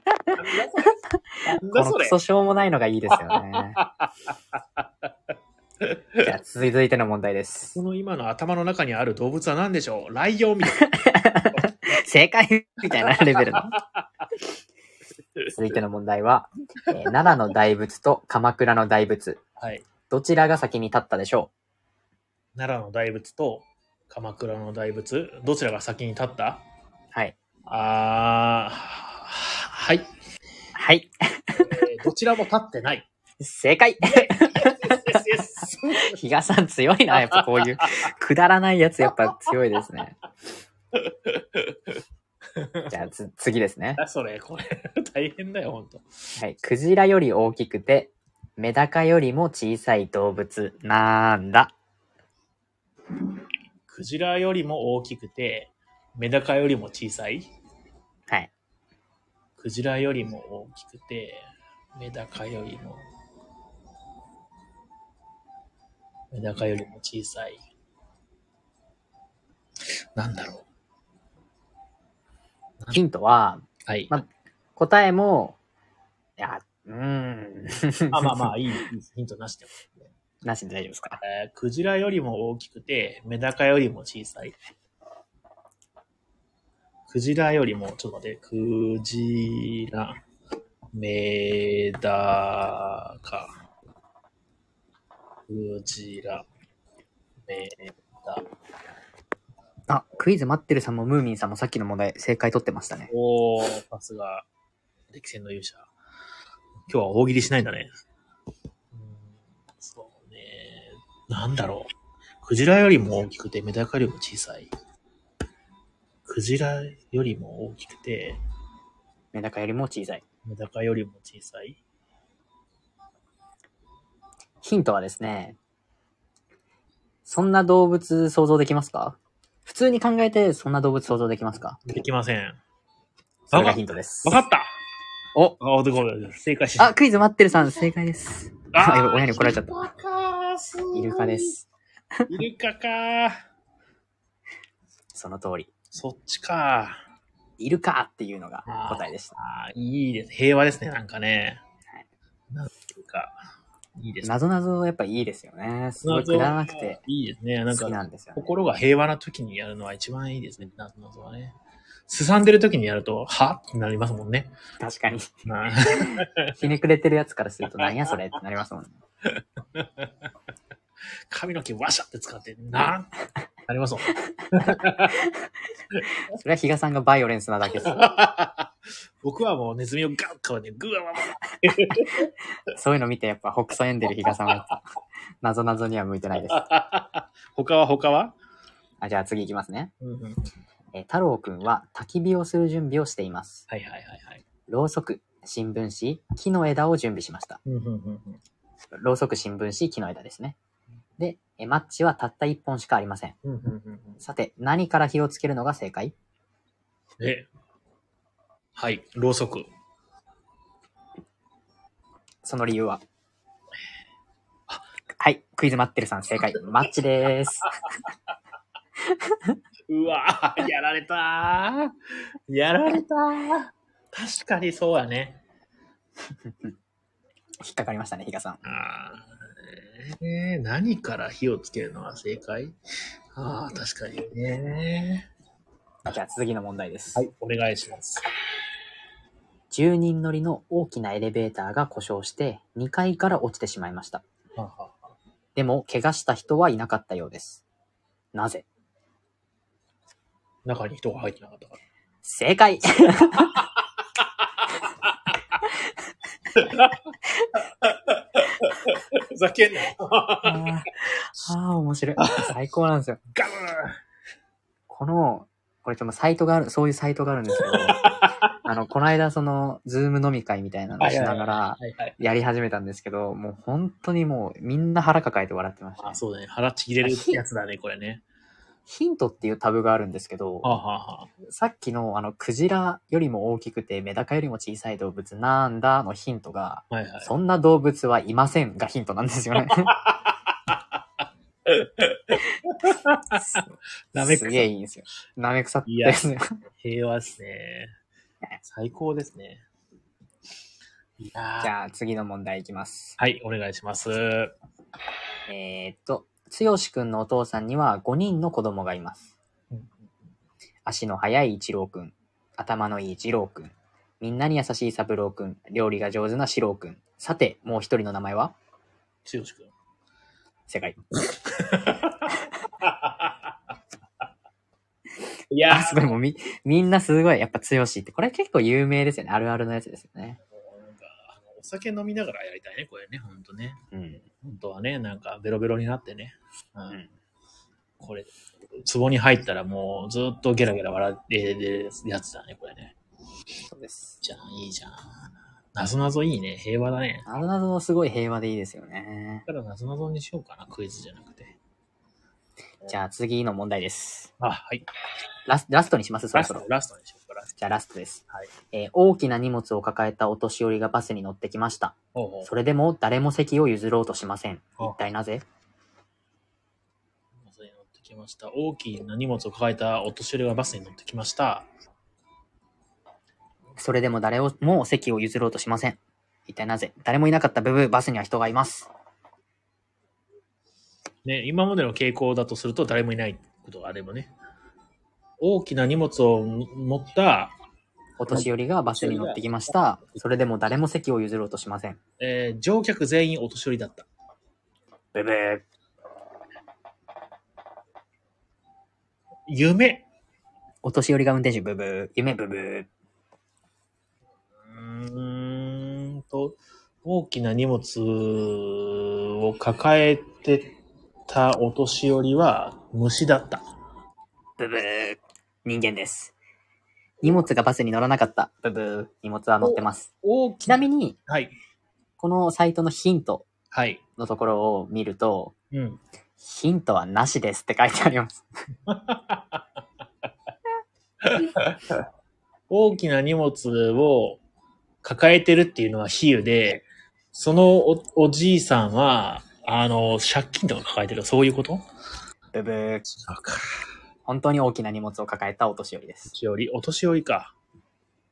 なんだこのそクれ。ソしょうもないのがいいですよ ね。じゃあ、続いての問題ですそ。の今の頭の中にある動物は何でしょうライオンみたいな。正解みたいなレ ベルの。続いての問題は、えー奈良の大仏と鎌倉の大仏、はい。どちらが先に立ったでしょ奈良の大仏と鎌倉の大仏、どちらが先に立ったうはい。あー、はい。はい。えーどちらも立って ない。正解 イエスイエス比嘉さん強いな、やっぱ こういう。くだらないやつやっぱ強いですね。じゃあつ、次ですね。あそれ、これ、大変だよ、ほんと。はい。クジラより大きくて、メダカよりも小さい動物、なんだクジラよりも大きくて、メダカよりも小さい。はい。クジラよりも大きくて、メダカよりも、メダカよりも小さい。なんだろヒントは、う。はい。ま答えも、いや、うーん。 あ、まあまあ、いい、いいヒントなしでも。なしで大丈夫ですかえークジラよりも大きくて、メダカよりも小さい。クジラよりも、ちょっと待って、クジラ、メダカ。クジラ、メダあ、クイズ待ってるさんもムーミンさんもさっきの問題正解取ってましたね。おー、さすが、歴戦の勇者。今日は大喜利しないんだね。うーんそうね。なんだろう。クジラよりも大きくて、メダカよりも小さい。クジラよりも大きくて、メダカよりも小さい。メダカよりも小さい。ヒントはですね、そんな動物想像できますか普通に考えてそんな動物想像できますかできません。それがヒントですわ。かったおあ、でこれ、正解しあ、クイズ待ってるさん正解です。あ親に怒られちゃったイルカかーすごいイルカで。す。イルカかーその通り。そっちか。いるかっていうのが答えでした。あーいいです。平和ですね、なんかね。なんていうか、いいですね。なぞなぞやっぱいいですよね。すごいくだらなくて。いいですね。な好んかき、なんですよね。心が平和な時にやるのは一番いいですね、なぞなぞはね。すさんでる時にやると、はってなりますもんね。確かに。まあ ひねくれてるやつからすると、なんやそれってなりますもんね。 髪の毛ワシャって使って、なんなりますもん。それは比嘉さんがバイオレンスなだけです。僕はもうネズミをガッカわで、グワワワそういうの見て、やっぱ、北斎エンデル比嘉さんは、なぞなぞには向いてないです。ワ。 他は他は、あ、じゃあ次行きますね。うんうん、えー太郎くんは焚き火をする準備をしています。はいはいはいはい。ろうそく、新聞紙、木の枝を準備しました。うんうんうんうんろうそく、新聞紙、木の枝ですね。で、えーマッチはたった1本しかありません。うんうんうんうんさて、何から火をつけるのが正解え、はい、ろうそく。その理由ははい、クイズ待ってるさん正解。マッチでーす。うわー やられたーやられたー確かにそうやね。引っかかりましたね、比嘉さん。あーえー何から火をつけるのは正解ああ、確かにね。じゃあ次の問題です。はい、お願いします。 10人乗りの大きなエレベーターが故障して2階から落ちてしまいました。ははでも、怪我した人はいなかったようです。なぜ中に人が入ってなかったか正解ら。ふざけんなよガあー あー、面白い。最高なんですよ。ブこの、これちょっとサイトがある、そういうサイトがあるんで すけど、あの、この間その、ズーム飲み会みたいなのをしながらー、はいはい。やり始めたんですけど、もう本当にもうみんな腹抱えて笑ってましたあね。そうだね。腹ちぎれるやつだ ね、これね。ヒントっていうタブがあるんですけどは、あ、はあはあ、さっきのあの、クジラよりも大きくてメダカよりも小さい動物なんだのヒントが、はいはい。そんな動物はいませんがヒントなんです よね。なめくすげえいいんですよ。なめくさってですね。平和ですね。最高ですね。いやーじゃあ次の問題いきます。はい、お願いします。えーっと、つよしくんのお父さんには5人の子供がいますうん。足の速い一郎くん、頭のいい二郎くん、みんなに優しい三郎くん、料理が上手な四郎くん。さて、もう一人の名前はつよしくん。 正解。いや あ、すごい、もうみ、みんなすごい、やっぱつよしって、これ結構有名ですよね。あるあるのやつですよね。なんかあのお酒飲みながらやりたいね、これね、ほんとね。うん。本当はね、なんかベロベロになってね。うんんこれ、壺に入ったらもうずっとゲラゲラ笑ってるやつだね、これね。そうです。じゃあ、いいじゃん。なぞなぞいいね、平和だね。あるなどのすごい平和でいいですよね。だからなぞなぞにしようかな、クイズじゃなくて。じゃあ次の問題です。あ、はい。ラスラストにしますそろラスそトろ、。ラストにしようか、ラスト。じゃあラストです、はいえー大きな荷物を抱えたお年寄りがバスに乗ってきました。おうおうそれでも誰も席を譲ろうとしません。あ一体なぜバスに乗ってきました。大きな荷物を抱えたお年寄りがバスに乗ってきました。それでも誰をも席を譲ろうとしません。一体なぜ誰もいなかったブブー、バスには人がいます。ね、今までの傾向だとすると誰もいないことがあればね。大きな荷物を持った、お年寄りがバスに乗ってきました。それでも誰も席を譲ろうとしません。えー乗客全員お年寄りだった。ブブー。夢お年寄りが運転手ブブー。夢ブブー。うーんと、大きな荷物を抱えてたお年寄りは虫だった。ブブー。人間です。荷物がバスに乗らなかった。ブブー。荷物は乗ってます。大ちなみに、はい。このサイトのヒントはい。のところを見ると、うん。ヒントはなしですって書いてあります。大きな荷物を抱えてるっていうのは比喩で、そのおおじいさんは、あの、借金とか抱えてるそういうことブブー。そうか。本当に大きな荷物を抱えたお年寄りです。年寄り、お年寄りか。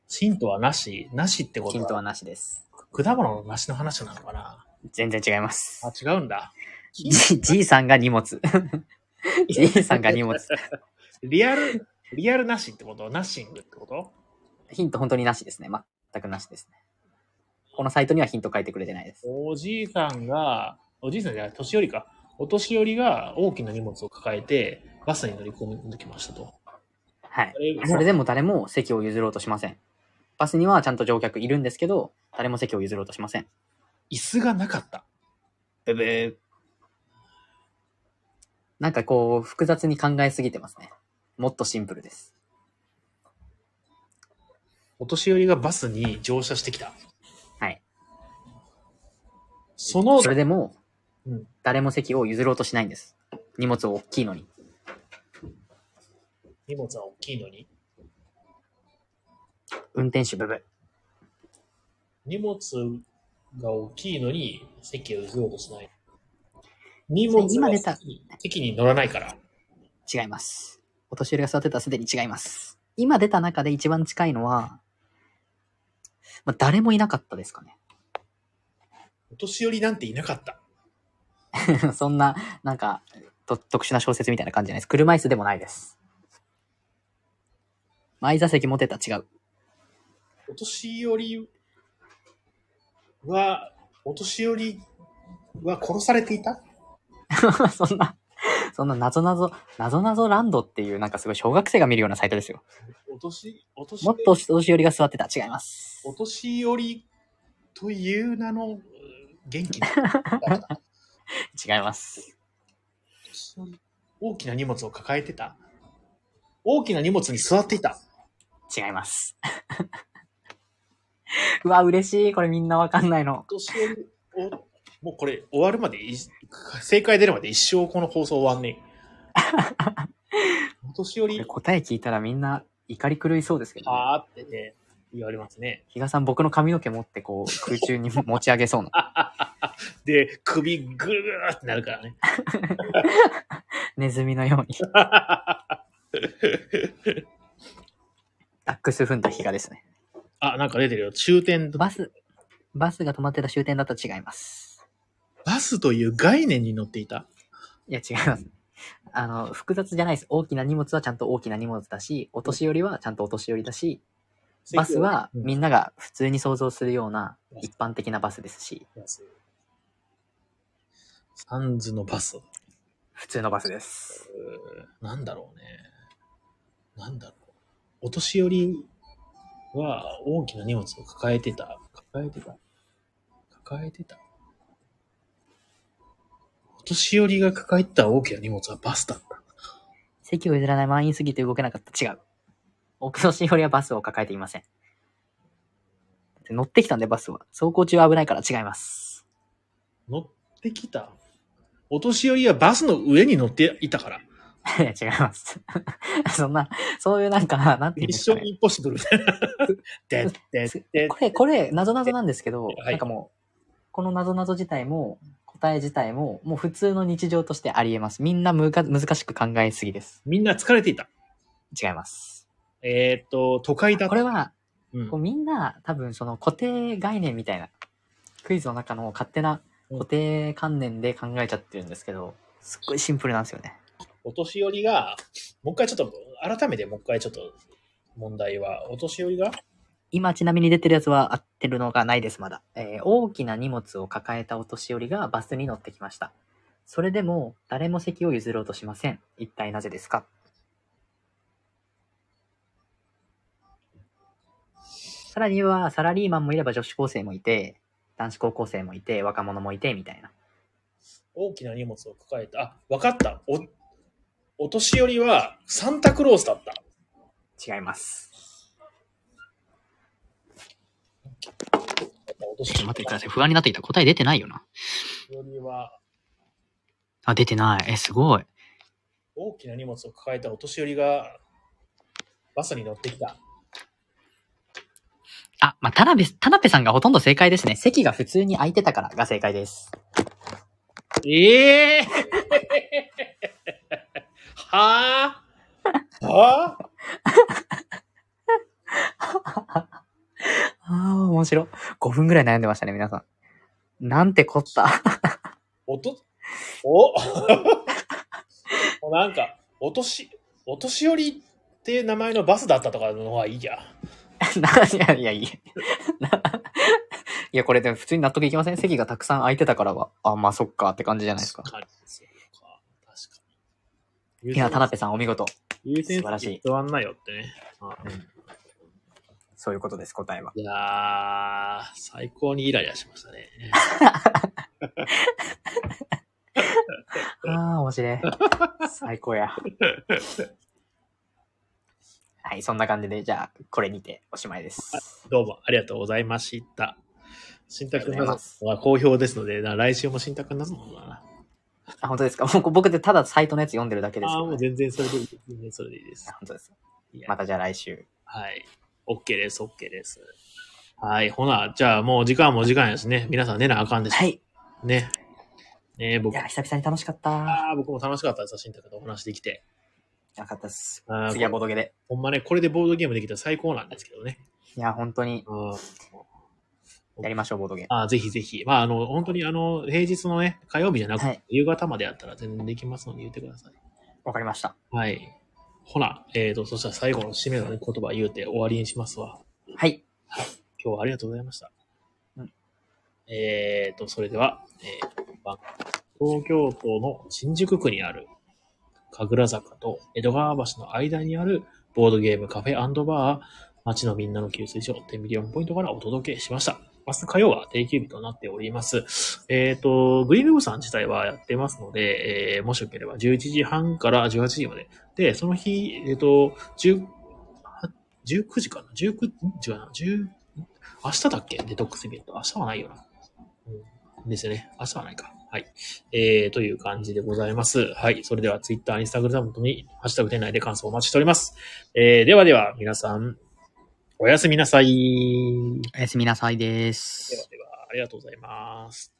ヒントはなしなしってことヒントははなしです。果物のなしの話なのかな全然違います。あ、違うんだ。 じ、じいさんが荷物。 じいさんが荷物。リアル、リアルなしってことナッシングってことヒント本当になしですね。全くなしですね。このサイトにはヒント書いてくれてないです。おじいさんが、おじいさんじゃない、年寄りか。お年寄りが大きな荷物を抱えて、バスに乗り込んできましたと。はい。それそれでも誰も席を譲ろうとしません。バスにはちゃんと乗客いるんですけど、誰も席を譲ろうとしません。椅子がなかった。ブブー。なんかこう、複雑に考えすぎてますね。もっとシンプルです。お年寄りがバスに乗車してきた。はい。その、それでもうん、誰も席を譲ろうとしないんです。荷物を大きいのに。荷物は大きいのに。運転手ブブ。荷物が大きいのに席を譲ろうとしない。荷物今が出た席席に乗らないから。違います。お年寄りが座ってたらすでに違います。今出た中で一番近いのは、まあ、誰もいなかったですかね。 お年寄りなんていなかった。そんな、なんか、と特殊な小説みたいな感じじゃないです。車椅子でもないです。前座席持てた違う。お年寄りは、お年寄りは殺されていた そんな、そんな謎謎、謎謎ランドっていうなんかすごい小学生が見るようなサイトですよ。お年、お年もっとお年寄りが座ってた違います。お年寄りという名のうん元気な お違います。年寄り大きな荷物を抱えてた。大きな荷物に座っていた。違います。 うわ、嬉しい。これみんなわかんないの。お年寄りおもうこれ終わるまでい、正解出るまで一生この放送終わんね え。お年寄これり、答え聞いたらみんな怒り狂いそうですけど、ね、あーってね、言われますね。比嘉さん僕の髪の毛持ってこう空中にも持ち上げそうな。で、首ぐるぐるってなるからね。ネズミのように。ダックス踏んだ比嘉ですね。あ、なんか出てるよ。終点と。バス、バスが止まってた終点だったら違います。バスという概念に乗っていた。いや違います。あの、複雑じゃないです。大きな荷物はちゃんと大きな荷物だし、お年寄りはちゃんとお年寄りだし、バスはうんみんなが普通に想像するような一般的なバスですし、サンズのバス。う普通のバスです。ーなんだろうね。なんだろう。お年寄りは大きな荷物を抱えてた。抱えてた。抱えてた。お年寄りが抱えてた大きな荷物はバスだった。席を譲らない満員すぎて動けなかった。違う。お年寄りはバスを抱えていません。乗ってきたんでバスは。走行中は危ないから違います。 乗ってきた。お年寄りはバスの上に乗っていたから。いや、違います。 そんな、そういうなんか、なんていうんミッですシかョンね。インポッシブル みたいな。でってってこれ、これ、謎々なんですけど、いなんかもう、この謎々自体も、答え自体も、もう普通の日常としてあり得ます。みんなむか難しく考えすぎです。みんな疲れていた。違います。えーっと、都会だこれは、うんこうみんな多分その固定概念みたいなクイズの中の勝手な固定観念で考えちゃってるんですけどすっごいシンプルなんですよねお年寄りが、もう一回ちょっと、改めてもう一回ちょっと、問題は、お年寄りが、今ちなみに出てるやつは合ってるのがないですまだ、えー大きな荷物を抱えたお年寄りがバスに乗ってきましたそれでも誰も席を譲ろうとしません一体なぜですかさらにはサラリーマンもいれば女子高生もいて男子高校生もいて若者もいてみたいな大きな荷物を抱えた。あ、わかった。お、お年寄りは、サンタクロースだった。違います。お年ちょっと待ってください。不安になってきた。答え出てないよな。寄りは、あ、出てない。え、すごい。大きな荷物を抱えたお年寄りが、バスに乗ってきた。あ、まあ、田辺、田辺さんがほとんど正解ですね。席が普通に空いてたからが正解です。 ええはあああああ、面白い。5分ぐらい悩んでましたね、皆さん。なんてこった。 おと、お なんか、お年、お年寄りって名前のバスだったとかの方がいいや。ないやいや いや。いや、これでも普通に納得いきません席がたくさん空いてたからは。あ、まあそっかって感じじゃないですか。確かに。そうか確かに。いや、田辺さんお見事。優先素晴らしい座んなよってね。あそういうことです、答えは。いやー、最高にイライラしましたね。ああ、面白い。最高や。はい、そんな感じで、じゃあ、これにておしまいです。どうもありがとうございました。新宅ありがとうございなますぞは好評ですので、な来週も新宅なぞだな。あ、本当ですか もう僕でただサイトのやつ読んでるだけですあけあ、どもね、う全然それでいいです。全然それでいいですあ。本当です。いやまたじゃあ来週。はい。OK です、OK です。はい。ほな、じゃあもう時間も時間ですね。皆さん寝なあかんでしょ。はい。いね。ね僕や、久々に楽しかった。あー僕も楽しかったです、新宅とお話できて。よかったです。あー次はボドゲで。ほんまね、これでボードゲームできたら最高なんですけどね。いや、本当に、うんやりましょう、ボドゲ。あーぜひぜひ。まあ、あの、本当にあの、平日のね、火曜日じゃなくて、はい夕方までやったら全然できますので言ってください。わかりました。はい。ほな、えーと、そしたら最後の締めのね言葉言うて終わりにしますわ。はい。今日はありがとうございました。うんえーと、それでは、えー番東京都の新宿区にある、神楽坂と江戸川橋の間にあるボードゲームカフェバー、街のみんなの給水所、テンビリオンポイントからお届けしました。明日火曜は定休日となっております。えっ、と、グリーンルームさん自体はやってますので、えーもしよければ11時半から18時まで。で、その日、えっ、と、10 19時かな ?19 時かな ?10、明日だっけデトックスイベント。明日はないよな。うん、ですよね。明日はないか。はい。えー、という感じでございます。はい。それでは、ツイッター、インスタグラムともに、ハッシュタグ店内で感想をお待ちしております。えー、ではでは、皆さん、おやすみなさい。おやすみなさいでではす。では、ありがとうございます。